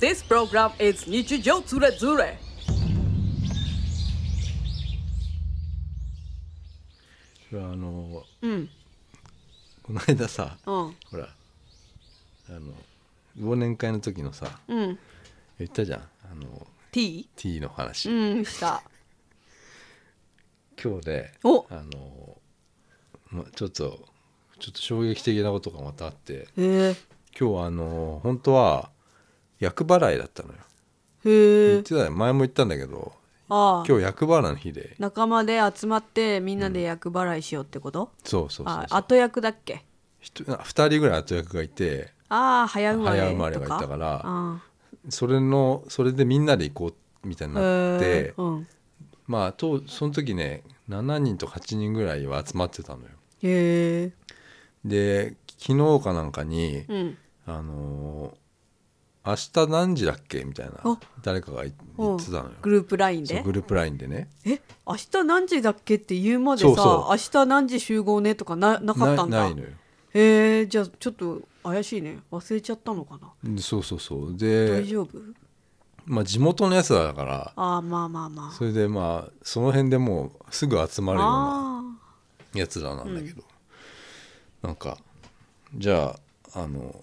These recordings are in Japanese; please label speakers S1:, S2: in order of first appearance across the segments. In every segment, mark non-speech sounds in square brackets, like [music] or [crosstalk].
S1: This program is 日常ズレズレ。
S2: それはあの
S1: うん。
S2: この間さ
S1: うん。
S2: ほらあの忘年会の時のさ
S1: うん。
S2: 言ったじゃんあの
S1: T?
S2: T の話、
S1: うん、した。
S2: 今日であ
S1: お
S2: の、ま、ちょっとちょっと衝撃的なことがまたあって
S1: へ
S2: 今日はあの本当は厄払いだったのよ
S1: え。へ
S2: 言っ
S1: え。
S2: てたよ前も言ったんだけど
S1: ああ。
S2: 今日厄払いの日で
S1: 仲間で集まってみんなで役払いしようってこと、
S2: そうそうそう
S1: あ後役だっけ
S2: 2人ぐらい後役がいて
S1: ああ早生まれとか
S2: 早生まれがいたから
S1: あ
S2: それのそれでみんなで行こうみたいに
S1: あ
S2: なって、
S1: へえうん、
S2: まあとその時ね7人とか8人ぐらいは集まってたのよ
S1: へえ
S2: で昨日かなんかに、
S1: うん
S2: あのー明日何時だっけ?」みたいな
S1: あ
S2: 誰かが言
S1: う
S2: 言
S1: ん
S2: ってたのよ
S1: グループライン
S2: そう
S1: で
S2: グループ LINE でね
S1: え明日何時だっけって言うまでさ
S2: そうそう
S1: 明日何時集合ねとかななかったんだ
S2: なないのよ
S1: へえじゃあちょっと怪しいね忘れちゃったのかな、
S2: でそうそうそう
S1: 大
S2: で、
S1: 丈夫
S2: まあ、地元のやつだから
S1: ああまあまあまあ
S2: それでまあその辺でもうすぐ集まるような
S1: あ
S2: やつらなんだけど、なんかじゃああの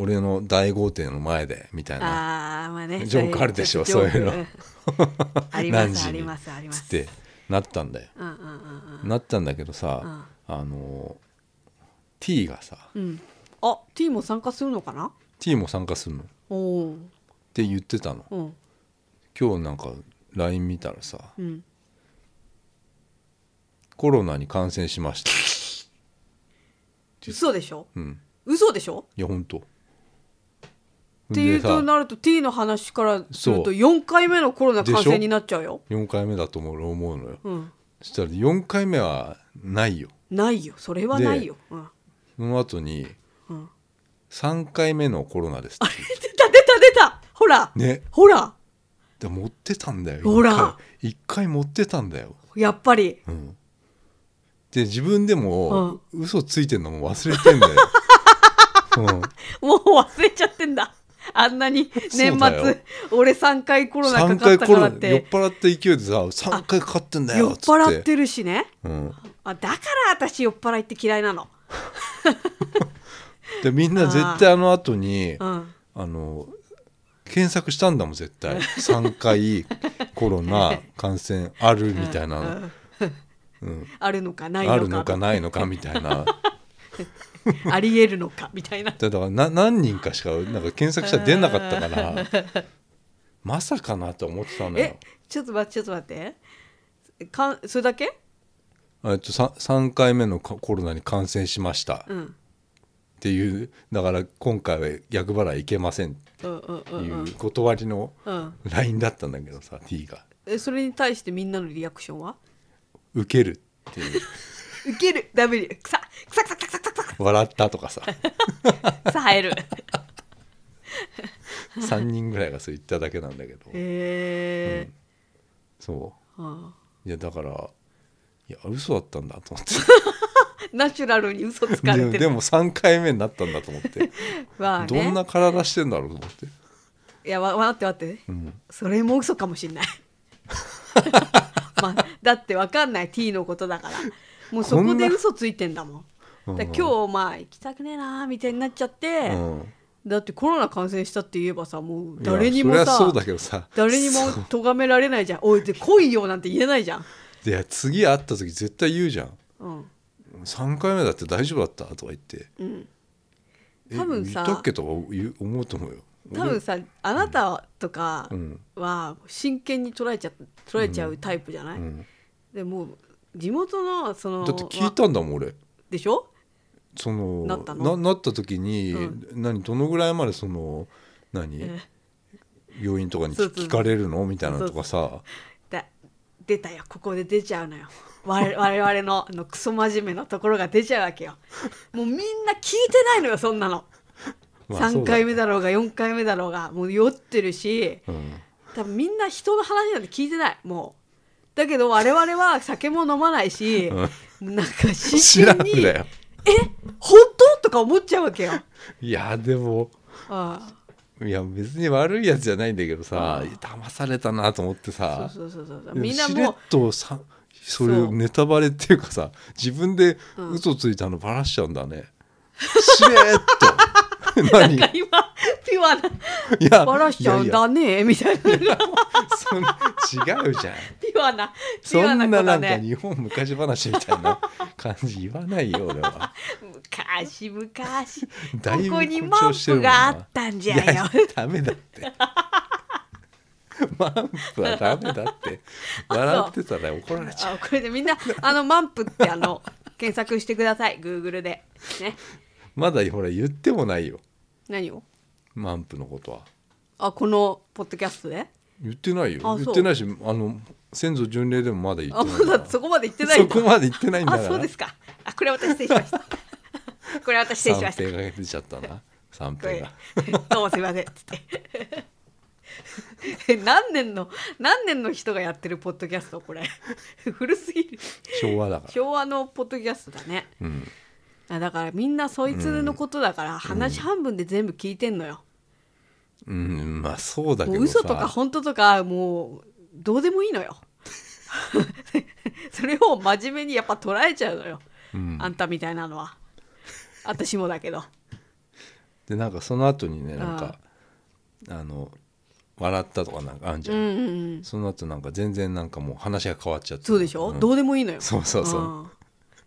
S2: 俺の大豪邸の前でみたい
S1: あ
S2: な
S1: ああまあね
S2: ジョークあるでしょ
S1: ジョーク
S2: そういうの
S1: んありま
S2: 何
S1: す
S2: 時
S1: あり
S2: に
S1: ますありま
S2: つっ
S1: す
S2: てなったんだよ、
S1: うんうんうん
S2: なったんだけどさ、あの T がさ
S1: うんうんあ T も参加するのかな
S2: T も参加するのっ
S1: おお
S2: て言ってたの
S1: うん
S2: 今日なんか LINE 見たらさ
S1: うん
S2: コロナに感染し
S1: [laughs]
S2: ました
S1: 嘘でしょ
S2: うん
S1: 嘘でしょ
S2: いやほんと
S1: っていうと
S2: でさ
S1: なると T の話からする
S2: そ
S1: と
S2: う
S1: 4回目のコロナ感
S2: でし
S1: 染
S2: ょ
S1: になっちゃうよ
S2: 4回目だと思う思うのよ
S1: うん
S2: そしたら4回目はないよ
S1: ないよそれはないよ、うん、
S2: その後に
S1: うん
S2: 3回目のコロナですって言う
S1: 出た出た出たほら、
S2: ね
S1: ほら
S2: で持ってたんだよ
S1: ほら
S2: 1回持ってたんだよ、
S1: やっぱり
S2: うん、で自分でも、嘘ついてんのも忘れて
S1: [laughs]
S2: んだよ、うん、
S1: もう忘れちゃってんだあんなに年
S2: そうだよ
S1: 末俺3回コロナか
S2: 3
S1: かっ
S2: 回
S1: た
S2: コ
S1: か
S2: ロ
S1: ら
S2: ナ
S1: っ
S2: 酔って払った勢いでさ3回かかってんだ
S1: 酔
S2: よ
S1: っ
S2: っつって
S1: 払ってるしね
S2: うん、
S1: あだから私酔っ払いって嫌いなの
S2: でみんな絶対あの後に
S1: う
S2: あ
S1: ん
S2: の検索したんだもん絶対3回コ
S1: [laughs]
S2: ロナ感染あるみたいな、
S1: うん
S2: うん、
S1: あるのかないのか
S2: あるのかないのかみたいな。
S1: ありえるのかみたいな
S2: だからな何人かしかなんか検索したら出なかったからまさかなと思ってたのよ
S1: え。ちょっと待ってちょっと待ってかんそれだけ
S2: えっと 3, 3回目のかコロナに感染しましたっ
S1: うん
S2: ていうだから今回は厄払い行けませんっ
S1: うんうん
S2: て
S1: うん
S2: いううん断りの
S1: うん、
S2: LINE だったんだけどさ T が
S1: えそれに対してみんなのリアクションは
S2: 「ウケる」っていう
S1: ウケる W くさくさくさくさくさくさ
S2: 「笑った」と
S1: [laughs]
S2: かさ
S1: 草生える
S2: 3人ぐらいがそう言っただけなんだけど
S1: へえ、
S2: そ
S1: うん
S2: ういやだからいや嘘だったんだと思って
S1: ナチュラルに嘘つかれて
S2: で
S1: る
S2: でも3回目になったんだと
S1: [laughs]
S2: 思って
S1: わあね
S2: どんな体してんだろうと思って。
S1: いやわ待って待って、
S2: うん
S1: それも嘘かもしん
S2: [laughs]
S1: ない、まあ、だってわかんない T のことだからもうそこ
S2: こん
S1: で
S2: な
S1: 嘘ついてんだもんだから今日まあ行きたくねえなーみたいになっちゃって、
S2: うん
S1: だってコロナ感染したって言えばさもう
S2: いや
S1: 誰にもさ
S2: そりゃそうだけどさ
S1: 誰にも
S2: そう
S1: 咎められないじゃん「おいで来いよ」なんて言えないじゃん、
S2: いや次会った時絶対言うじゃん
S1: うん
S2: 3回目だって大丈夫だったとか言って
S1: うん、
S2: え
S1: 多分さ
S2: 言ったっけとか言う思うと思うよ
S1: 多分さあなたとか
S2: うん
S1: は真剣に捉えちゃ捉えちゃうタイプじゃない、
S2: 俺うん
S1: でもう地元のその
S2: だって聞いたんだもん俺
S1: でしょ
S2: その
S1: なったの
S2: なった時に、何どのぐらいまでその何、病院とかに
S1: そう
S2: 聞
S1: そう
S2: 聞かれるのみたいなのとかさ
S1: だ出たよここで出ちゃうのよ我我々のあのクソ真面目なところが出ちゃうわけよもうみんな聞いてないのよそんなの、
S2: まあ
S1: 3回目
S2: そう
S1: だろうが4回目だろうがもう酔ってるし
S2: だ、うん、
S1: 多分みんな人の話なんて聞いてないもうだけど我々は酒も飲まないし、なんか
S2: 知
S1: 真
S2: ら
S1: 剣
S2: ん
S1: に
S2: だよ
S1: え本当とか思っちゃうわけよ
S2: いやでも
S1: ああ
S2: いや別に悪いやつじゃないんだけどさ
S1: うん
S2: 騙されたなと思ってさ
S1: そうそうそうそう
S2: でも
S1: みんな
S2: しれっ
S1: も
S2: とさそれ
S1: そう
S2: ネタバレっていうかさ自分で
S1: うん
S2: 嘘ついたのばらしちゃうんだね、しれ
S1: [laughs]
S2: っと何
S1: うなんか今ピュアない
S2: や
S1: バラしちゃうんだねみたいな
S2: いやい
S1: [laughs]
S2: やそん違うじゃん
S1: ピュアなピ
S2: そ
S1: ュア
S2: んな
S1: な子
S2: な
S1: だ
S2: んか
S1: ね
S2: 日本昔話みたいな [laughs] 感じ言わないよ俺は
S1: 昔昔こ
S2: だいぶ
S1: こに
S2: 誇
S1: マ
S2: 張
S1: ン
S2: してる
S1: プ
S2: もんな
S1: があったんじゃ
S2: い
S1: よ
S2: やダメだって [laughs] マンプはダメだって笑ってたら怒られちゃう
S1: あこれでみんなあのマンプってあの検索してください Google でね
S2: まだほら言ってもないよ
S1: 何を
S2: マンプのことは
S1: あこのポッドキャストで
S2: 言ってないよ
S1: あそう
S2: 言ってないしあの先祖巡礼でもまだ言
S1: あ
S2: っ
S1: ま
S2: てないから
S1: だそこまで行ってないん
S2: そこまで言ってないんだから
S1: あそうですかあこれ私失礼しましたこれ私失礼しました
S2: 三平が出ちゃったな三
S1: こ
S2: 平
S1: れ
S2: が
S1: [laughs] どうもすいませんつってえ [laughs] 何年の何年の人がやってるポッドキャストこれ [laughs] 古すぎる
S2: 昭和だから
S1: 昭和のポッドキャストだね
S2: うん
S1: あだからみんなそいつのことだから話半分で全部聞いてんのよ、
S2: うんまあそうだけ
S1: も
S2: ど
S1: う
S2: さ
S1: 嘘とか本当とかもうどうでもいいのよ [laughs] それを真面目にやっぱ捉えちゃうのよ、
S2: うん
S1: あんたみたいなのは私もだけど
S2: でなんかその後にねなんかあの笑ったとかなんかあるんじゃ、
S1: うんんうんうん
S2: その後なんか全然なんかもう話が変わっちゃって
S1: そうでしょ、
S2: ん
S1: どうでもいいのよ
S2: そうそうそうん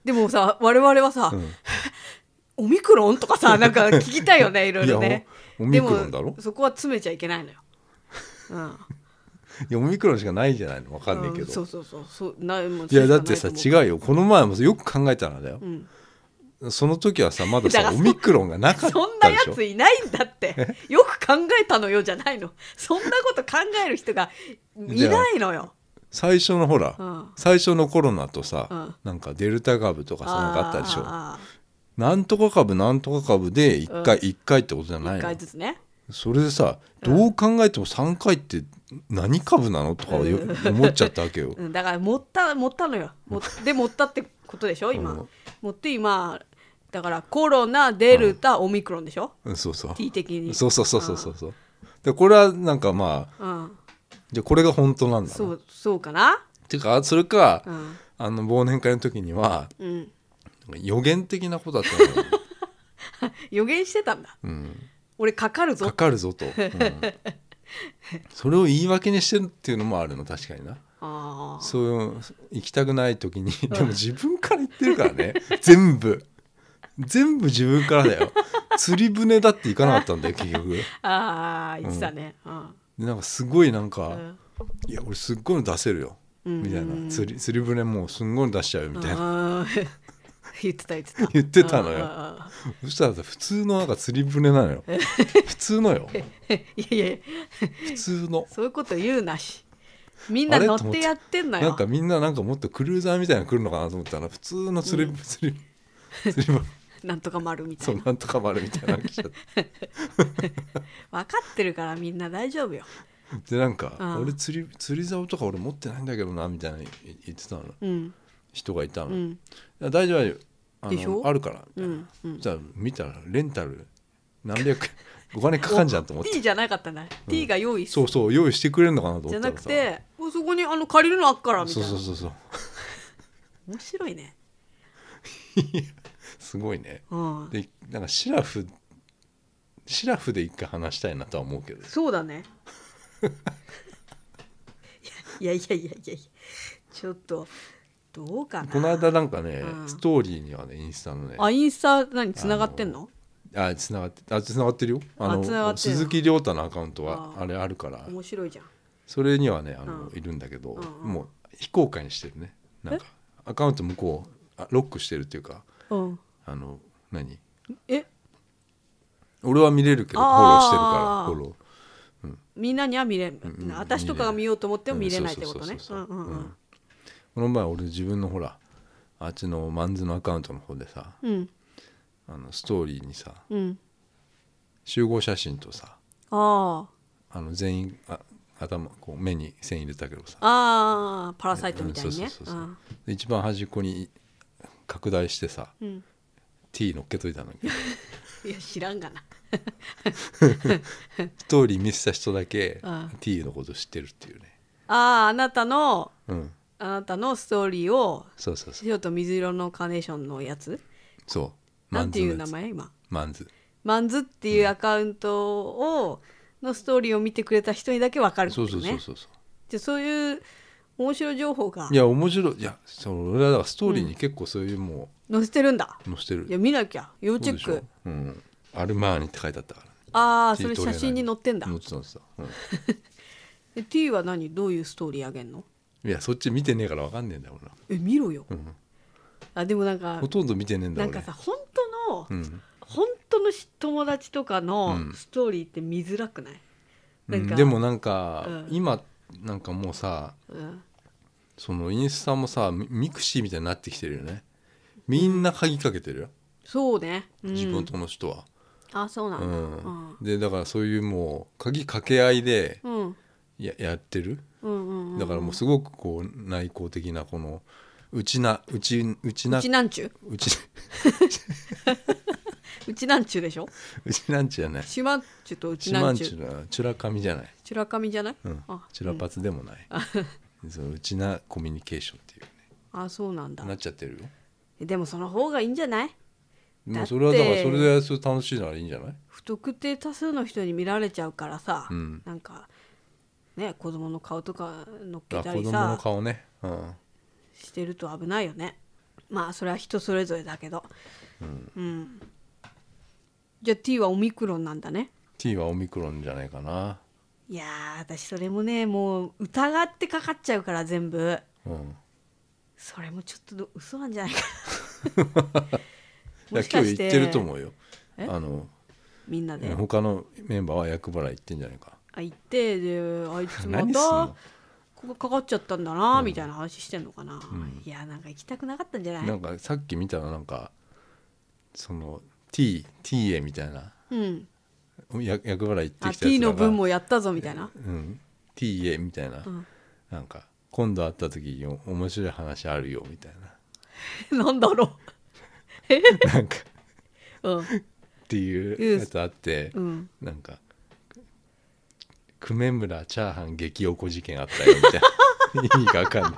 S1: でもさ我々はさ、
S2: ん
S1: [laughs] オミクロンとか
S2: [laughs]
S1: さなんか聞きたいよねいろいろね
S2: いやオオミクロンだ
S1: で
S2: ろ
S1: もそこは詰めちゃいけないのよ、
S2: [laughs]
S1: うん、
S2: いやオミクロンしかないじゃないのわかんないけ
S1: うんそ
S2: ど、
S1: うそうそうそうないもう
S2: いやだってさ
S1: それし
S2: 違
S1: かないう
S2: よこの前もよく考えたらだよ
S1: と、思う、うん
S2: その時はさまだ
S1: だから
S2: さオ
S1: そ
S2: ミクロンがなかっ
S1: [laughs] そん
S2: た
S1: な
S2: で
S1: や
S2: しょ
S1: ついないんだ
S2: [laughs]
S1: ってよく考えたのよじゃないのそんなこと考える人がいない
S2: [laughs]
S1: のよ
S2: 最初のほら、
S1: うん
S2: 最初のコロナとさ、
S1: うん
S2: なんかデルタ株とかさなんかあったでしょ
S1: あ
S2: なんとか株なんとか株で1回、一回ってことじゃ
S1: ーあーあ
S2: な
S1: ー
S2: い
S1: 一
S2: の
S1: 回ずつね
S2: それでさどう考えても3回って何株なのとかよ思っちゃったわけよ。 [laughs]
S1: うんだから持った持ったのよ持っで持ったってことでしょ今、
S2: うん
S1: 持って今だからコロナデルタ、オミクロンでしょ
S2: うん、そうそう
S1: T 的に
S2: そうそうそうそうそうそうでこれはなんかまあ
S1: うん
S2: じゃあこれが本当なんだ
S1: そ
S2: なっ
S1: うそうかな
S2: ていうかそれか、
S1: うん、
S2: あの忘年会の時には
S1: うん、
S2: 予言的なことだったのよ、
S1: [laughs] 予言してたんだ
S2: うん、
S1: 俺かかるぞ
S2: かかるぞと、うんそれを言い訳にしてるっていうのもあるの確かにな
S1: あー
S2: そういう行きたくない時にでも自分から言ってるからね全部全部自分からだよ釣り船だって行かなかったんだよ結局
S1: あー言ってたね、うん
S2: でなんかすごいなん
S1: う
S2: か、
S1: ん
S2: いや俺すっごいの出せるよみたいな釣り釣り船もうすんごいの出しちゃうよみたいな
S1: あー [laughs] 言ってた言ってた
S2: 言ってたのよ
S1: あ
S2: そしたらさ普通のなんか釣り船なのよ普通のよ
S1: ーいやいや
S2: 普通の
S1: そういうこと言うなしみんな乗ってやってんのよ
S2: なんかみんななんかもっとクルーザーみたいなの来るのかなと思ったら普通の釣り、釣り釣り船
S1: なんとか丸みた
S2: そ
S1: いうな
S2: なんとか丸みたいなの来ちゃって
S1: 分かってるからみんな大丈夫よ
S2: でなんか、
S1: うん
S2: 俺釣り釣り竿とか俺持ってないんだけどなみたいな言ってたの
S1: うん
S2: 人がいたの、
S1: う
S2: い
S1: ん
S2: や大丈夫大丈夫あの
S1: でしょ
S2: あるからみた
S1: う
S2: いな、
S1: んうん
S2: じゃあ見たらレンタル何百円 [laughs] お金かかんじゃんと思って
S1: T じゃなかったな、T が用意す
S2: そうそう用意してくれるのかなと
S1: じ
S2: 思
S1: ゃ
S2: った
S1: な
S2: ら
S1: く
S2: さ
S1: てもうそこにあの借りるのあっからみたいな
S2: そうそうそうそう
S1: 面白いね
S2: すごいね
S1: うん
S2: でなんかシラフシラフで一回話したいなとは思うけど
S1: そうだね [laughs] いやいやいやいやいやちょっとどうかな
S2: この間なんかね、
S1: うん
S2: ストーリーにはねインスタのね
S1: あインスタ何つながってんの
S2: あつながってあつながってるよあ
S1: あ繋がっ
S2: の
S1: てる
S2: 鈴木亮太のアカウントは
S1: あー
S2: あれあるから
S1: 面白いじゃん
S2: それにはねあの、
S1: うん
S2: いるんだけど、
S1: うんうん
S2: もう非公開にしてるねなんかアカウント向こうあロックしてるっていうか
S1: うん
S2: あの何
S1: え
S2: 俺は見れるけどフォローしてるから
S1: あー
S2: フォロ
S1: みんなには見れ、
S2: んうん
S1: 私とかが見ようと思っても見れないってこと
S2: う
S1: ね
S2: んそうう
S1: う
S2: んそうそうそうん
S1: うん
S2: ーこの前俺自分のほらあっちのマンズのアカウントの方でさ
S1: うん
S2: あのストーリーにさ
S1: うん
S2: 集合写真とさ
S1: あ
S2: あの全員あ頭こう目に線入れたけどさ
S1: あああパラサイトみたいに
S2: うん
S1: ね
S2: そうそうそうそうで一番端っこに拡大してさ
S1: うん
S2: T 乗っけといたんだけど
S1: いや知らんがな
S2: 一人見せた人だけ
S1: ああ
S2: T のこと知ってるっていうね
S1: あああなたの
S2: うん
S1: あなたのストーリーを
S2: そうそうそう
S1: 白と水色のカーネーションのやつ
S2: そう
S1: なんていう名
S2: のやつ
S1: 前今
S2: マンズ
S1: マンズっていうアカウントを、のストーリーを見てくれた人にだけわかる
S2: そうそう
S1: ね
S2: そうそうそう
S1: じゃあそういう面白い情報が
S2: いや面白いいやその俺らはストーリーに結構そういうも
S1: 載せてるんだ
S2: う載せてる、
S1: いや見なきゃ要チ
S2: そ
S1: ェ
S2: う
S1: ッ
S2: でしょ
S1: ク
S2: うん、アルマーニって書いてあったから
S1: ああ
S2: テ
S1: そ
S2: ィ
S1: れ
S2: ートレーナ
S1: 写
S2: ー
S1: 真に載ってんだ
S2: 載ってた載ってた、う
S1: え T は何どういうストーリーあげんの
S2: ん、いやそっち見てねえから分かんねえんだよ俺
S1: え見ろよ、
S2: ん
S1: あでもなんか
S2: ほとんど見てねえんだ
S1: な
S2: 俺
S1: んかさ本当の、
S2: うん
S1: 本当のし友達とかの
S2: うん
S1: ストーリーって見づらくない、
S2: うん
S1: なんか
S2: でもなんか、
S1: うん
S2: 今なんかもうさ
S1: うん
S2: そのインスタもさミミクシーみたいになってきてるよねみんな鍵かけてるよ、
S1: そうね、うん
S2: 地元の人は、
S1: あそうなん
S2: う
S1: だうんん、
S2: でだからそういうもう鍵かけ合いで
S1: うん、うん
S2: ややってる
S1: うんうん
S2: だからもうすごくこう内向的なこのうちなうちうちな
S1: うちなんちゅう
S2: う [laughs] ち
S1: うちなんちゅうでしょ
S2: うちなんちゅうじゃない
S1: しまんちゅうとうち
S2: ち
S1: な
S2: ま
S1: ん
S2: ん
S1: ちゅ
S2: ちゅ
S1: う
S2: うなちゅらかみじゃない、
S1: ちゅらかみじゃない、
S2: うん
S1: あ、
S2: ちゅらぱつでもない、そのうちなコミュニケーションっていうね
S1: あそうなんだ
S2: なっちゃってるよ
S1: えでもその方がいいんじゃない
S2: もうそれはだからそれでそれ楽しいならいいんじゃない
S1: 不特定多数の人に見られちゃうからさ、
S2: うん
S1: なんかね子供の顔とか乗っけ
S2: あ
S1: た
S2: 子
S1: り
S2: 供の
S1: さ
S2: 顔ね、うん、
S1: してると危ないよねまあそれは人それぞれだけどうん、じゃあ T はオミクロンなんだね
S2: T はオミクロンじゃないかな、
S1: いやー私それもねもう疑ってかかっちゃうから全部
S2: うん、
S1: それもちょっとど嘘なんじゃないか
S2: [laughs]
S1: な
S2: だから今日言ってると思うよ
S1: え
S2: あの
S1: みんなで、
S2: 他のメンバーは厄払い行ってんじゃないか
S1: あ行ってであいつま
S2: 何すん
S1: た
S2: の
S1: ここかかっちゃったんだなみたいな話してんのかな、いやなんか行きたくなかったんじゃない
S2: なんかさっき見たらなんかその T, T へみたいな
S1: うん、
S2: や厄払い行っ
S1: あ
S2: てきたや
S1: T
S2: つら
S1: の
S2: が
S1: 分もやったぞみたいな
S2: うん、T へみたいな、
S1: ん [laughs]
S2: なんか今度会った時にお面白い話あるよみたい
S1: なんだろ
S2: ななんか
S1: う、うん
S2: っていうやつあって、
S1: うん [laughs]
S2: なんか久米村チャーハン激おこ事件あったよみたいな意味がわかんな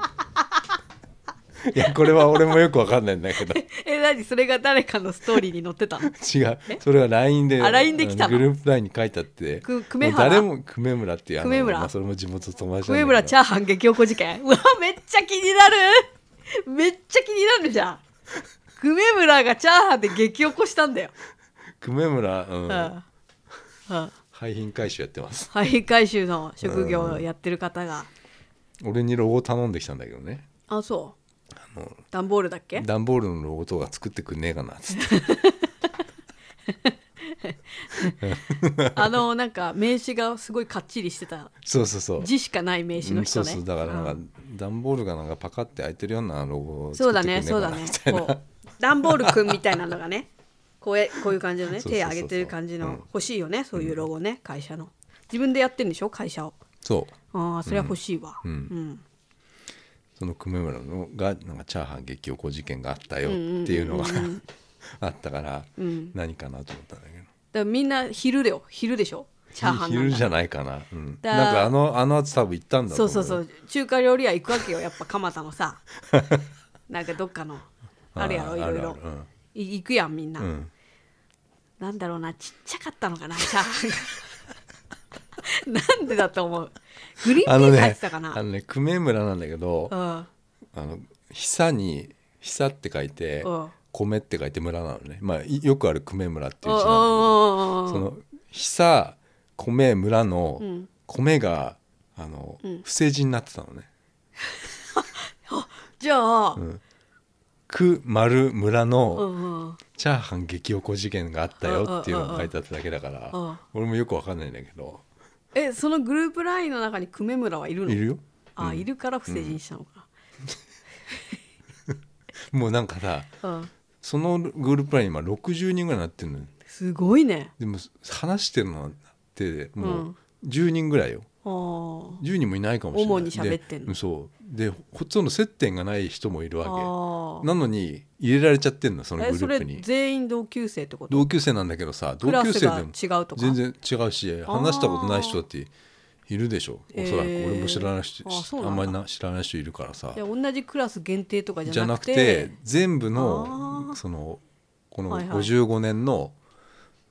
S2: いいやこれは俺もよくわかんないんだけど
S1: え何それが誰かのストーリーに載ってたの
S2: 違うそれは LINE で
S1: あ LINE で来たの
S2: グループ LINE に書いてあって
S1: く久
S2: も
S1: 米
S2: う
S1: 原
S2: 誰も久米村っていうあの
S1: 久米村
S2: まあ、それも地元の友達
S1: 久米村チ
S2: ャ
S1: ャーハン激おこ事件 [laughs] うわめっちゃ気になるめっちゃ気になるじゃん久米村がチャーハンで激おこしたんだよ、
S2: 久米村、うん
S1: うんうん、
S2: 廃品回収やってます
S1: 廃回収の職業をやってる方が、
S2: 俺にロゴ頼んできたんだけどね
S1: あそう
S2: あの
S1: 段ボールだっけ
S2: 段ボールのロゴとか作ってくんねえかなっつって [laughs]
S1: あのなんか名刺がすごいかっちりしてた
S2: そうそうそう
S1: 字しかない名刺の人ね、
S2: うんそうそうだからなん
S1: う
S2: か
S1: ん
S2: 段ボールがなんかパカって開いてるようなロゴを
S1: そ
S2: 作
S1: う
S2: っ
S1: だ
S2: てくん
S1: ね
S2: え
S1: そう
S2: か
S1: だ
S2: な
S1: ね
S2: みたい
S1: こう
S2: な
S1: 段ボールくんみたいなのがね [laughs] こうえこういう感じのね
S2: そうそうそ
S1: 手
S2: うそう
S1: 上げてる感じ
S2: うん
S1: の欲しいよねそういうロゴね会社の自分でやってんでしょ会社を
S2: そ
S1: ああそれは欲しいわう
S2: うん
S1: ん
S2: うその久米村のがなんかチャーハン激おこ事件があったよっていうのが [laughs] あったから何かなと思ったんだけど
S1: だからみんな昼だよ昼でしょチャーハンなんだ
S2: 昼じゃないかな、うん、
S1: だ
S2: なんかあのあの後多分行ったんだと
S1: そう
S2: 思う
S1: そ
S2: よ
S1: うそう中華料理屋行くわけよやっぱ蒲田の
S2: [laughs]
S1: さなんかどっかのあるやろ
S2: あ
S1: い
S2: ーあ
S1: ろ
S2: る
S1: い
S2: ある
S1: ろい行くやんみんな、
S2: うん、うん
S1: なんだろうなちっちゃかったのかなチャーハンがなんでだと思うグリー
S2: あ
S1: ンピ
S2: の
S1: ース入っ
S2: ね
S1: てたかな、
S2: あのね久米村なんだけど
S1: う、ん
S2: あの久に久って書いて、
S1: うん
S2: 米って書いて村なのねまあいよくある久米村っていう
S1: おう
S2: 字なん
S1: おうおうお
S2: だけど
S1: う
S2: その久米村の
S1: ん
S2: 米が、あの
S1: ん
S2: 不正字になってたのね。
S1: じゃあ、
S2: んく丸村
S1: う
S2: の
S1: んうん、
S2: チャーハン激おこ事件があったよっていうの
S1: うんうんうんうん
S2: が書いてあっただけだから
S1: うん
S2: 俺もよくわかんないんだけど
S1: えそのグループラインの中に久米村はいるの
S2: いるよ
S1: あ、いるから不正人したのか
S2: もうなんかさ
S1: な、うん
S2: そのグループライン今60人ぐらいなってるのよ
S1: すごいね
S2: でも話してるのってもうんう10人ぐらいよ、
S1: あー
S2: 10人もいないかもしれない
S1: 主に喋ってんの
S2: でそうでほとんど接点がない人もいる
S1: あ
S2: わけ
S1: ー
S2: なのに入れられちゃってんのそのグ
S1: え
S2: ル
S1: そ
S2: ー
S1: れ
S2: プに
S1: 全員同級生ってこと
S2: 同級生なんだけどさ
S1: ク
S2: 同
S1: ラ
S2: 級
S1: ス
S2: 生
S1: が
S2: でも
S1: 違うとか
S2: 全然違うし話したことない人だっているでしょおそらく
S1: えー
S2: 俺も知らない人
S1: あそう
S2: あ
S1: なん
S2: ん
S1: だ
S2: まりな知らない人いるからさ
S1: いや同じクラス限定とか
S2: じ
S1: じ
S2: ゃ
S1: ゃ
S2: な
S1: な
S2: く
S1: く
S2: て
S1: て
S2: 全部
S1: あ
S2: の
S1: ー
S2: そのこの
S1: はいはい
S2: 55年の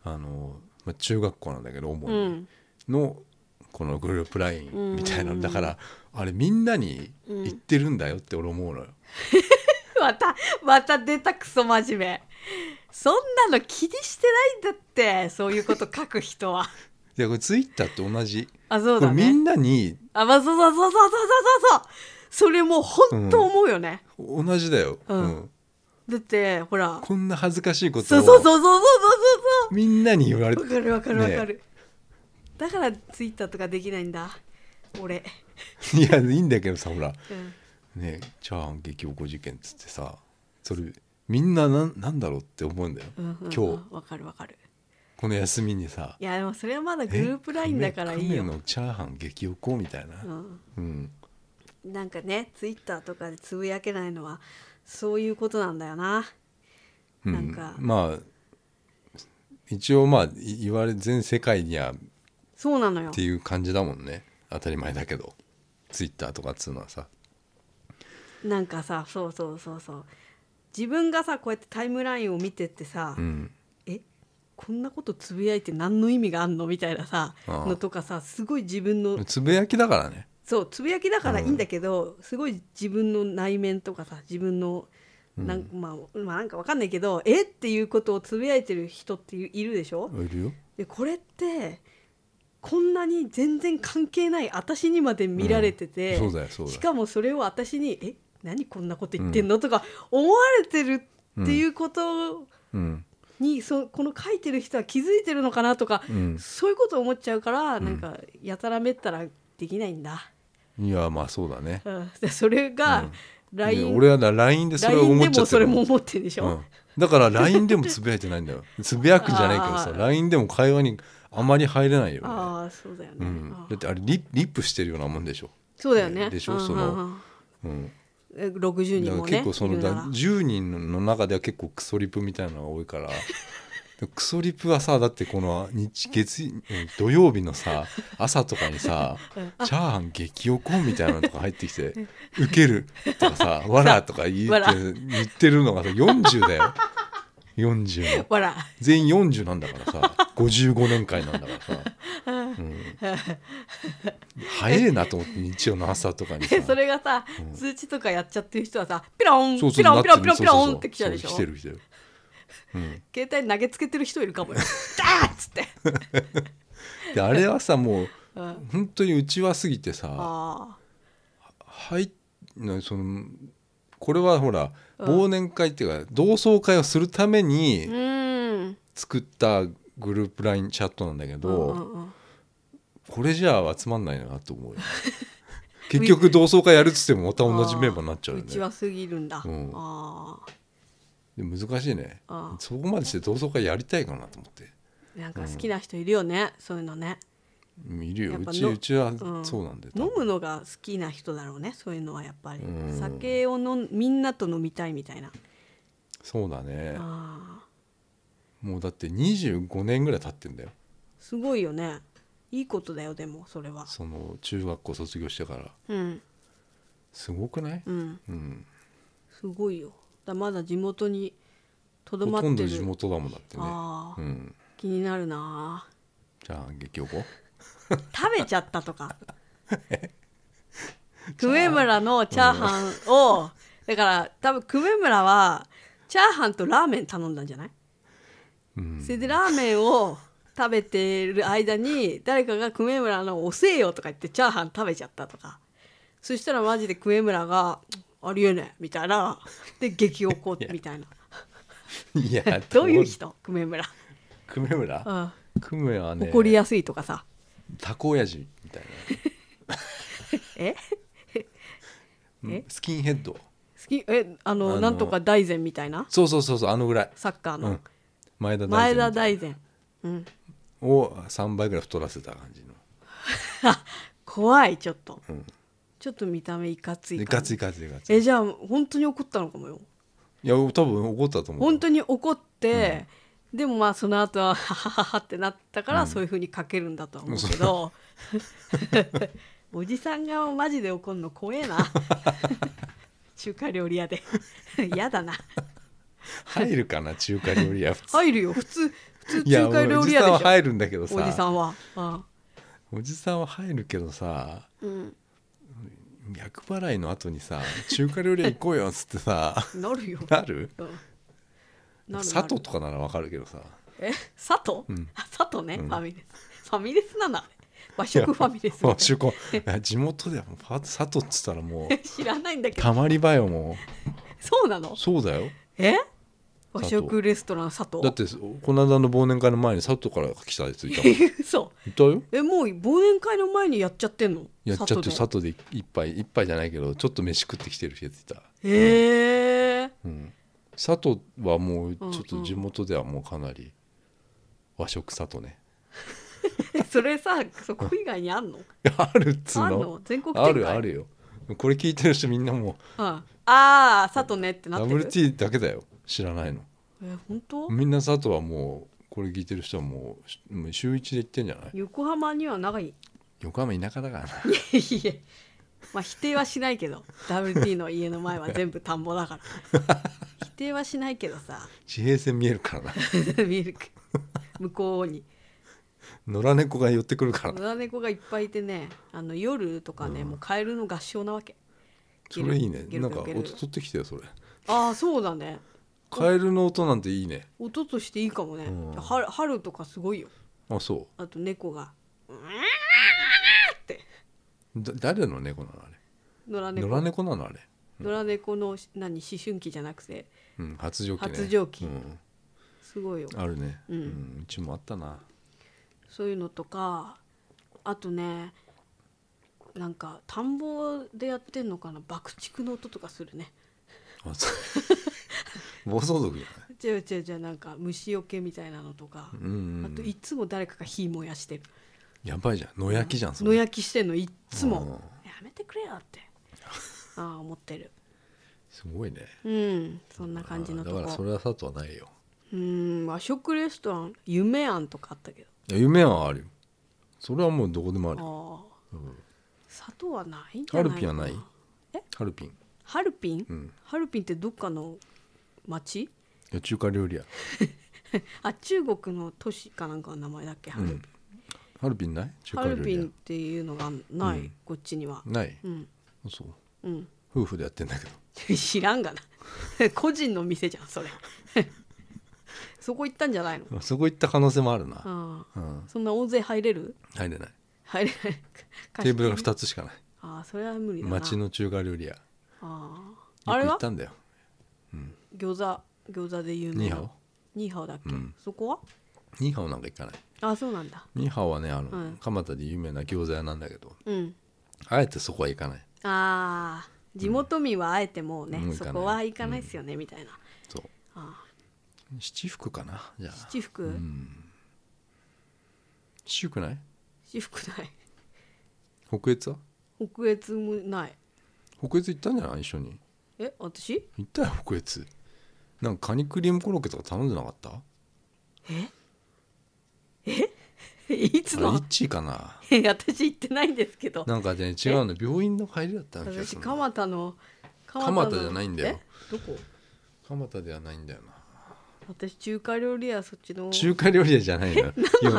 S2: あのまあ中学校なんだけど主
S1: う
S2: に
S1: ん [laughs]
S2: のこのグループラインみたいな
S1: うん
S2: だからあれみんなに言ってるんだよって俺思うのよ。
S1: またまた出たクソ真面目そんなの気にしてないんだってそういうこと書く人は
S2: でこれツイッターって同じ
S1: あそう
S2: これ
S1: だ
S2: みん
S1: ね
S2: なに
S1: あまあそうそうそうそうそうそうそうそれもう本当思うよね、
S2: 同じだよ、
S1: うん
S2: うん
S1: だってほら
S2: こんな恥ずかしいこと
S1: そうそうそうそ
S2: を
S1: うそうそう
S2: みんなに言われて
S1: そうわかるわかるわ
S2: ねえ
S1: かる、だからツイッターとかできないんだ俺、
S2: いやいいんだけどさほら
S1: うん、
S2: ねチャーハン激おこ事件っつってさそれみんななんなんだろうって思うんだよ、
S1: うんうんうん
S2: 今日
S1: わかるわかる
S2: この休みにさ
S1: いやでもそれはまだ
S2: 「
S1: グループラインだからいい
S2: え
S1: よ
S2: 亀、亀のチャーハン激おこ」みたいな、
S1: うん、
S2: うん
S1: なんかねツイッターとかでつぶやけないのはそういうことなんだよな
S2: う
S1: なんか
S2: まあ一応まあい言われ全世界にはっ
S1: そうなのよ
S2: ていう感じだもんね当たり前だけどツイッターとかっつうのはさ
S1: なんかさそうそうそうそう自分がさこうやってタイムラインを見てってさ、
S2: うん
S1: えこんなことつぶやいて何の意味があんのみたいなさ
S2: ああ
S1: のとかさすごい自分の
S2: つぶやきだからね
S1: そうつぶやきだからいいんだけど、すごい自分の内面とかさ自分のなんか、まあ、まあなんかわかんないけどえっていうことをつぶやいてる人っていういるでしょ
S2: いるよ
S1: でこれってこんなに全然関係ない私にまで見られてて、
S2: うんそうだよそうだよ
S1: しかもそれを私に「え何こんなこと言ってんのとか思われてるっていうこと
S2: うん
S1: に、そこの書いてる人は気づいてるのかなとか、
S2: うん
S1: そういうこと思っちゃうから、なんかやたらめったらできないんだ。
S2: いやまあそうだね
S1: うん [laughs] でそれ
S2: う
S1: が
S2: んい
S1: LINE、
S2: や俺はだ LINE でそれを
S1: LINE
S2: 思っ
S1: で
S2: ちゃ
S1: も
S2: って
S1: そ
S2: る
S1: れも思ってるでしょ、
S2: うん、だから LINE でもつぶやいてない
S1: [laughs]
S2: んだよつぶやくじゃないけどさ
S1: あー
S2: LINE でも会話にあまり入れないよね、
S1: ああそうだよね、
S2: うん
S1: あ、ー
S2: だってあれリリップしてるようなもんでしょ、
S1: そうだよね
S2: でしょ
S1: うんうんうん
S2: そのうん、
S1: え60人
S2: だから
S1: もね
S2: 結構その、
S1: いるな
S2: だ
S1: ら
S2: 10人の中では結構クソリプみたいなのが多いからでクソリプはさだってこの日月うん土曜日のさ朝とかにさ
S1: うん
S2: 「チャーハン激おこ」みたいなのとか入ってきて「ウケる」と
S1: [laughs]
S2: かさ「わら」とか言
S1: わ
S2: っ
S1: ら
S2: て言ってるのがさ40だよ40の
S1: ほら
S2: 全員40なんだからさ55年会なんだから
S1: [laughs]
S2: さ、うん、早えなと思って日曜の朝とかにさ
S1: で [laughs] それがさ、通知とかやっちゃってる人はさピロン
S2: そうそう
S1: ピロ
S2: な
S1: ン
S2: っ
S1: ピ
S2: てる
S1: ロンピロンピロンって来ちゃうでしょ
S2: そうそうそう来てる来てる、うん、
S1: 携帯に投げつけてる人いるか
S2: [laughs]
S1: もよダーッつって
S2: であれはさもう
S1: [laughs] うん
S2: 本当にうちわすぎてさ
S1: あ
S2: はいなそのこれはほら
S1: うん
S2: 忘年会っていうか同窓会をするため
S1: ーう
S2: に
S1: ーん
S2: 作ったグループラインチャットなんだけど、
S1: うんうんうん
S2: これじゃあ集まんないなと思
S1: [laughs]
S2: うよ結局同窓会やるっつってもまた同じメンバーになっちゃうよ
S1: う
S2: ね
S1: ちはすぎるんだ、
S2: うん
S1: ああ
S2: で難しいね
S1: ああ
S2: そこまでして同窓会やりたいかなと思って
S1: なんか好きな人いるよね、そういうのね
S2: うんいるよ
S1: やっ
S2: う
S1: ぱ
S2: ち
S1: の
S2: うちは
S1: ん
S2: そうなんで、
S1: 飲
S2: 多
S1: む
S2: 分
S1: のが好きな人だろうねそういうのはやっぱり、
S2: うん
S1: 酒を飲んみんなと飲みたいみたいな、
S2: そうだね
S1: あー
S2: もうだって25年ぐらい経ってんだよ
S1: すごいよねいいことだよでもそれは
S2: その中学校卒業してから
S1: うん
S2: すごくない、
S1: うん
S2: うん、
S1: すごいよだまだ地元にとどま
S2: ほ
S1: って
S2: と
S1: る
S2: んど地元だもんだってね
S1: ああ、
S2: うん
S1: 気になるな
S2: じゃあ激おこ
S1: 食べちゃったとか久米村のチャーハンをだから多分久米村はチャーハンとラーメン頼んだんじゃない
S2: うん
S1: それでラーメンを食べてる間に誰かが久米村の「おせえよ」とか言ってチャーハン食べちゃったとかそしたらマジで久米村が「ありえねえ」みたいなで激おこみたいな
S2: いや
S1: [laughs] どう [laughs] いう人久米村、
S2: 久米村
S1: うん、
S2: 久米はね
S1: 怒りやすいとかさ
S2: たこやじみたい
S1: [laughs] え
S2: な
S1: え
S2: [laughs] うんスキンヘッド
S1: 好きえあの
S2: あの
S1: なんとか大善みたいな
S2: そうそうそうそうあのぐらい、
S1: サッカー
S2: う
S1: の、
S2: ん、前田大
S1: 前
S2: 然みた
S1: 田
S2: い
S1: 大
S2: な
S1: 然、うん、
S2: を3倍ぐらい太らせた感じの
S1: 怖いちょっと、
S2: うん
S1: ちょっと見た目いかつい
S2: で
S1: 感
S2: ガ
S1: じ
S2: ツいガツいガツい
S1: えじゃあ本当に怒ったのかもよ
S2: いや多分怒ったと思う
S1: 本当に怒って、でもまあその後はハハハハってなったから、
S2: うん
S1: そういうふうに書けるんだとは思うけど [laughs] おじさんがマジで怒るの怖えな [laughs] 中華料理屋で [laughs] 嫌だな [laughs]
S2: 入るかな中華料理屋
S1: 入るよ普通普通
S2: いや
S1: 中華料理屋
S2: お
S1: で
S2: じ
S1: し
S2: さんは
S1: ょ
S2: 入るんだけどさ
S1: おじさんはあ
S2: おじさんは入るけどさ
S1: うん
S2: 厄払いの後にさ中華料理屋行こうよっつってさ [laughs]
S1: なるよ
S2: なる
S1: うんなる
S2: 佐藤とかならわかるけどさ
S1: え佐藤、
S2: うん
S1: あ佐藤ね、
S2: うん
S1: ファミレスファミレスなんだあれ和食ファミレス
S2: もう中古いや地元ではもうパ佐藤っつったらも
S1: [laughs]
S2: う
S1: 知らないんだけど
S2: たまり場よも
S1: そうなの
S2: うそうだよ
S1: え和食レストラン佐藤
S2: だってこの間の忘年会の前に佐藤から来たやついたもんい
S1: え [laughs] 嘘
S2: たよ
S1: えもう忘年会の前にやっちゃってんの
S2: やっちゃって
S1: 佐
S2: 佐藤で一杯一杯じゃないけどちょっと飯食ってきてるやついた、
S1: 藤へえ
S2: うん、佐藤はもうち
S1: う
S2: ょ
S1: ん
S2: っと地元ではもうかなり和食佐藤ね [laughs]
S1: えそれさそこ以外にあんの
S2: あるっつう
S1: あん
S2: の
S1: の全国展開
S2: あるあるよこれ聞いてる人みんなも
S1: うんあー佐藤ねって
S2: う
S1: なってる
S2: WT だけだよ知らないの
S1: え本当
S2: みんな佐藤はもうこれ聞いてる人はもうしもう週一で行ってんじゃない
S1: 横浜には長いい
S2: 横浜田舎だからな [laughs]
S1: えまあ否定はしないけど WT の家の前は全部田んぼだから否定はしないけどさ [laughs]
S2: 地平線見えるからな [laughs]
S1: 見る向こうに
S2: 野良猫が寄ってくるからな
S1: 野良猫がいっぱいいてねあの夜とかね、もうカエルの合唱なわけ
S2: それいいね
S1: ゲ
S2: な
S1: ル
S2: ん
S1: ゲ
S2: か
S1: ルゲル
S2: 音取ってきてよそれ
S1: ああそうだね
S2: カエルの音なんていいね
S1: 音としていいかもね、
S2: うん
S1: 春春とかすごいよ
S2: あそ
S1: あと猫がうわーって
S2: うだ誰の猫なのあれ
S1: 野良
S2: 野
S1: 猫
S2: 良猫なのあれ、
S1: 野良猫の何思春期じゃなくて
S2: うん、発情期ね
S1: 発情期
S2: うん、
S1: すごいよ
S2: あるね、
S1: うん
S2: んうちもあったな
S1: そういうのとかあとねなんか田んぼでやってんのかな爆竹の音とかするね
S2: あそう [laughs] 暴走族じゃな
S1: じゃ
S2: い
S1: じゃじゃなんか虫よけみたいなのとか、
S2: うんうん、
S1: あといつも誰かが火燃やしてる
S2: やばいじゃん野焼きじゃんそ
S1: 野
S2: れ
S1: 焼きしてんのいっつ
S2: うん
S1: もやめてくれよってああ思ってる
S2: すごいね
S1: うんそんな感じのと
S2: あーだからそ
S1: こ
S2: れは佐藤はないよ
S1: うん和食レストラン夢庵とかあったけ
S2: いや夢はあるよそれはもうどこでもあるよ
S1: どああ、砂糖はないんじ
S2: ハ
S1: ゃ
S2: ル
S1: ない
S2: ピン
S1: か
S2: はない
S1: え
S2: ハルピンい
S1: ハルピン、
S2: うん
S1: ハルピンってどっかの町
S2: や中華料理屋
S1: あ中国の都市かなんかの名前だっけハ
S2: う
S1: ル,、
S2: んハルピンない中華
S1: ハル
S2: 料
S1: ピ
S2: 理
S1: ンっていうのがない、
S2: うん
S1: こっちには
S2: 屋ない
S1: うん
S2: そう
S1: うん [laughs]
S2: 夫婦でやってんだけど [laughs]
S1: 知らんがな [laughs] 個人の店じゃんそれ [laughs] そこ行ったんじゃないの
S2: まあそこ行った可能性もあるな
S1: ああ
S2: うん
S1: そんな大勢入れる
S2: 入れない
S1: 入れない
S2: テーブルが
S1: 貸し切り
S2: 2つしかない
S1: ああそれは無理だな
S2: 町の中華料理屋よ
S1: あ
S2: く
S1: ああれ
S2: 行っ
S1: は
S2: たんだよ
S1: 餃子餃子で有名
S2: ニー
S1: な
S2: ハオ
S1: ニーハオだっけ、
S2: うん
S1: そこは
S2: ニーハオなんか行かない
S1: ああそうなんだ
S2: ニーハオはねあの、
S1: うん
S2: 蒲田で有名な餃子屋なんだけど
S1: うん
S2: あえてそこは行かない
S1: ああ地元民はあえてもうね、
S2: うんもう
S1: そ
S2: 行かない
S1: こは行かないっすよね、みたいな
S2: そう
S1: あ
S2: 七福かなじゃあ
S1: 七福、
S2: うん七福ない
S1: 七福ない
S2: 北越は
S1: 北越もない
S2: 北越行ったんじゃない一緒に
S1: え私
S2: 行ったよ北越なんかカニクリームコロッケとか頼んでなかった
S1: え [laughs] いつ
S2: あれ
S1: の
S2: 1位かな
S1: え私行って [laughs] ないんですけど
S2: なんかね違うの病院の帰りだったんで
S1: 私
S2: すよ
S1: 蒲田の蒲
S2: 蒲田じゃないんだよ
S1: えどこ
S2: 蒲田ではないんだよな
S1: 私中華料理屋そっちの
S2: 中華料理屋じゃな
S1: [laughs]
S2: いのよ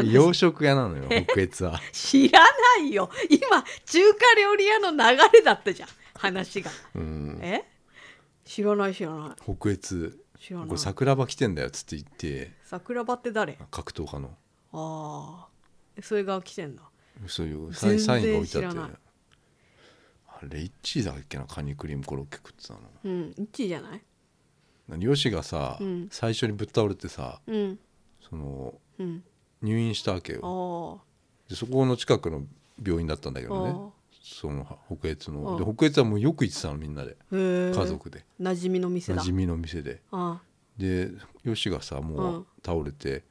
S2: 洋食屋なのよ北越は
S1: 知らないよ今中華料理屋の流れだったじゃん話が
S2: うん
S1: え知らない知らない [laughs]
S2: 北越
S1: 知ら
S2: こ
S1: な
S2: れ
S1: い
S2: 桜庭来てんだよっつって言って
S1: 桜庭って誰あ
S2: 格闘家の
S1: あーそれが来てんだ
S2: そういうサインサインが置いてあ
S1: 全然知ら
S2: って
S1: ない
S2: あれ1位だっけなカニクリームコロッケ食ってたの
S1: うん1位じゃない
S2: 何ヨシがさ、
S1: うん
S2: 最初にぶっ倒れてさ
S1: うん
S2: その
S1: うん
S2: 入院したわけ
S1: あ
S2: よ
S1: ー
S2: でそこの近くの病院だったんだけどね
S1: あ
S2: その北越の
S1: あ
S2: で北越はもうよく行ってたのみんなで
S1: ーへえ
S2: 家族で
S1: 馴染みの店
S2: 馴
S1: だ
S2: 染みの店で
S1: あ
S2: でヨシがさも
S1: う
S2: うん倒れて、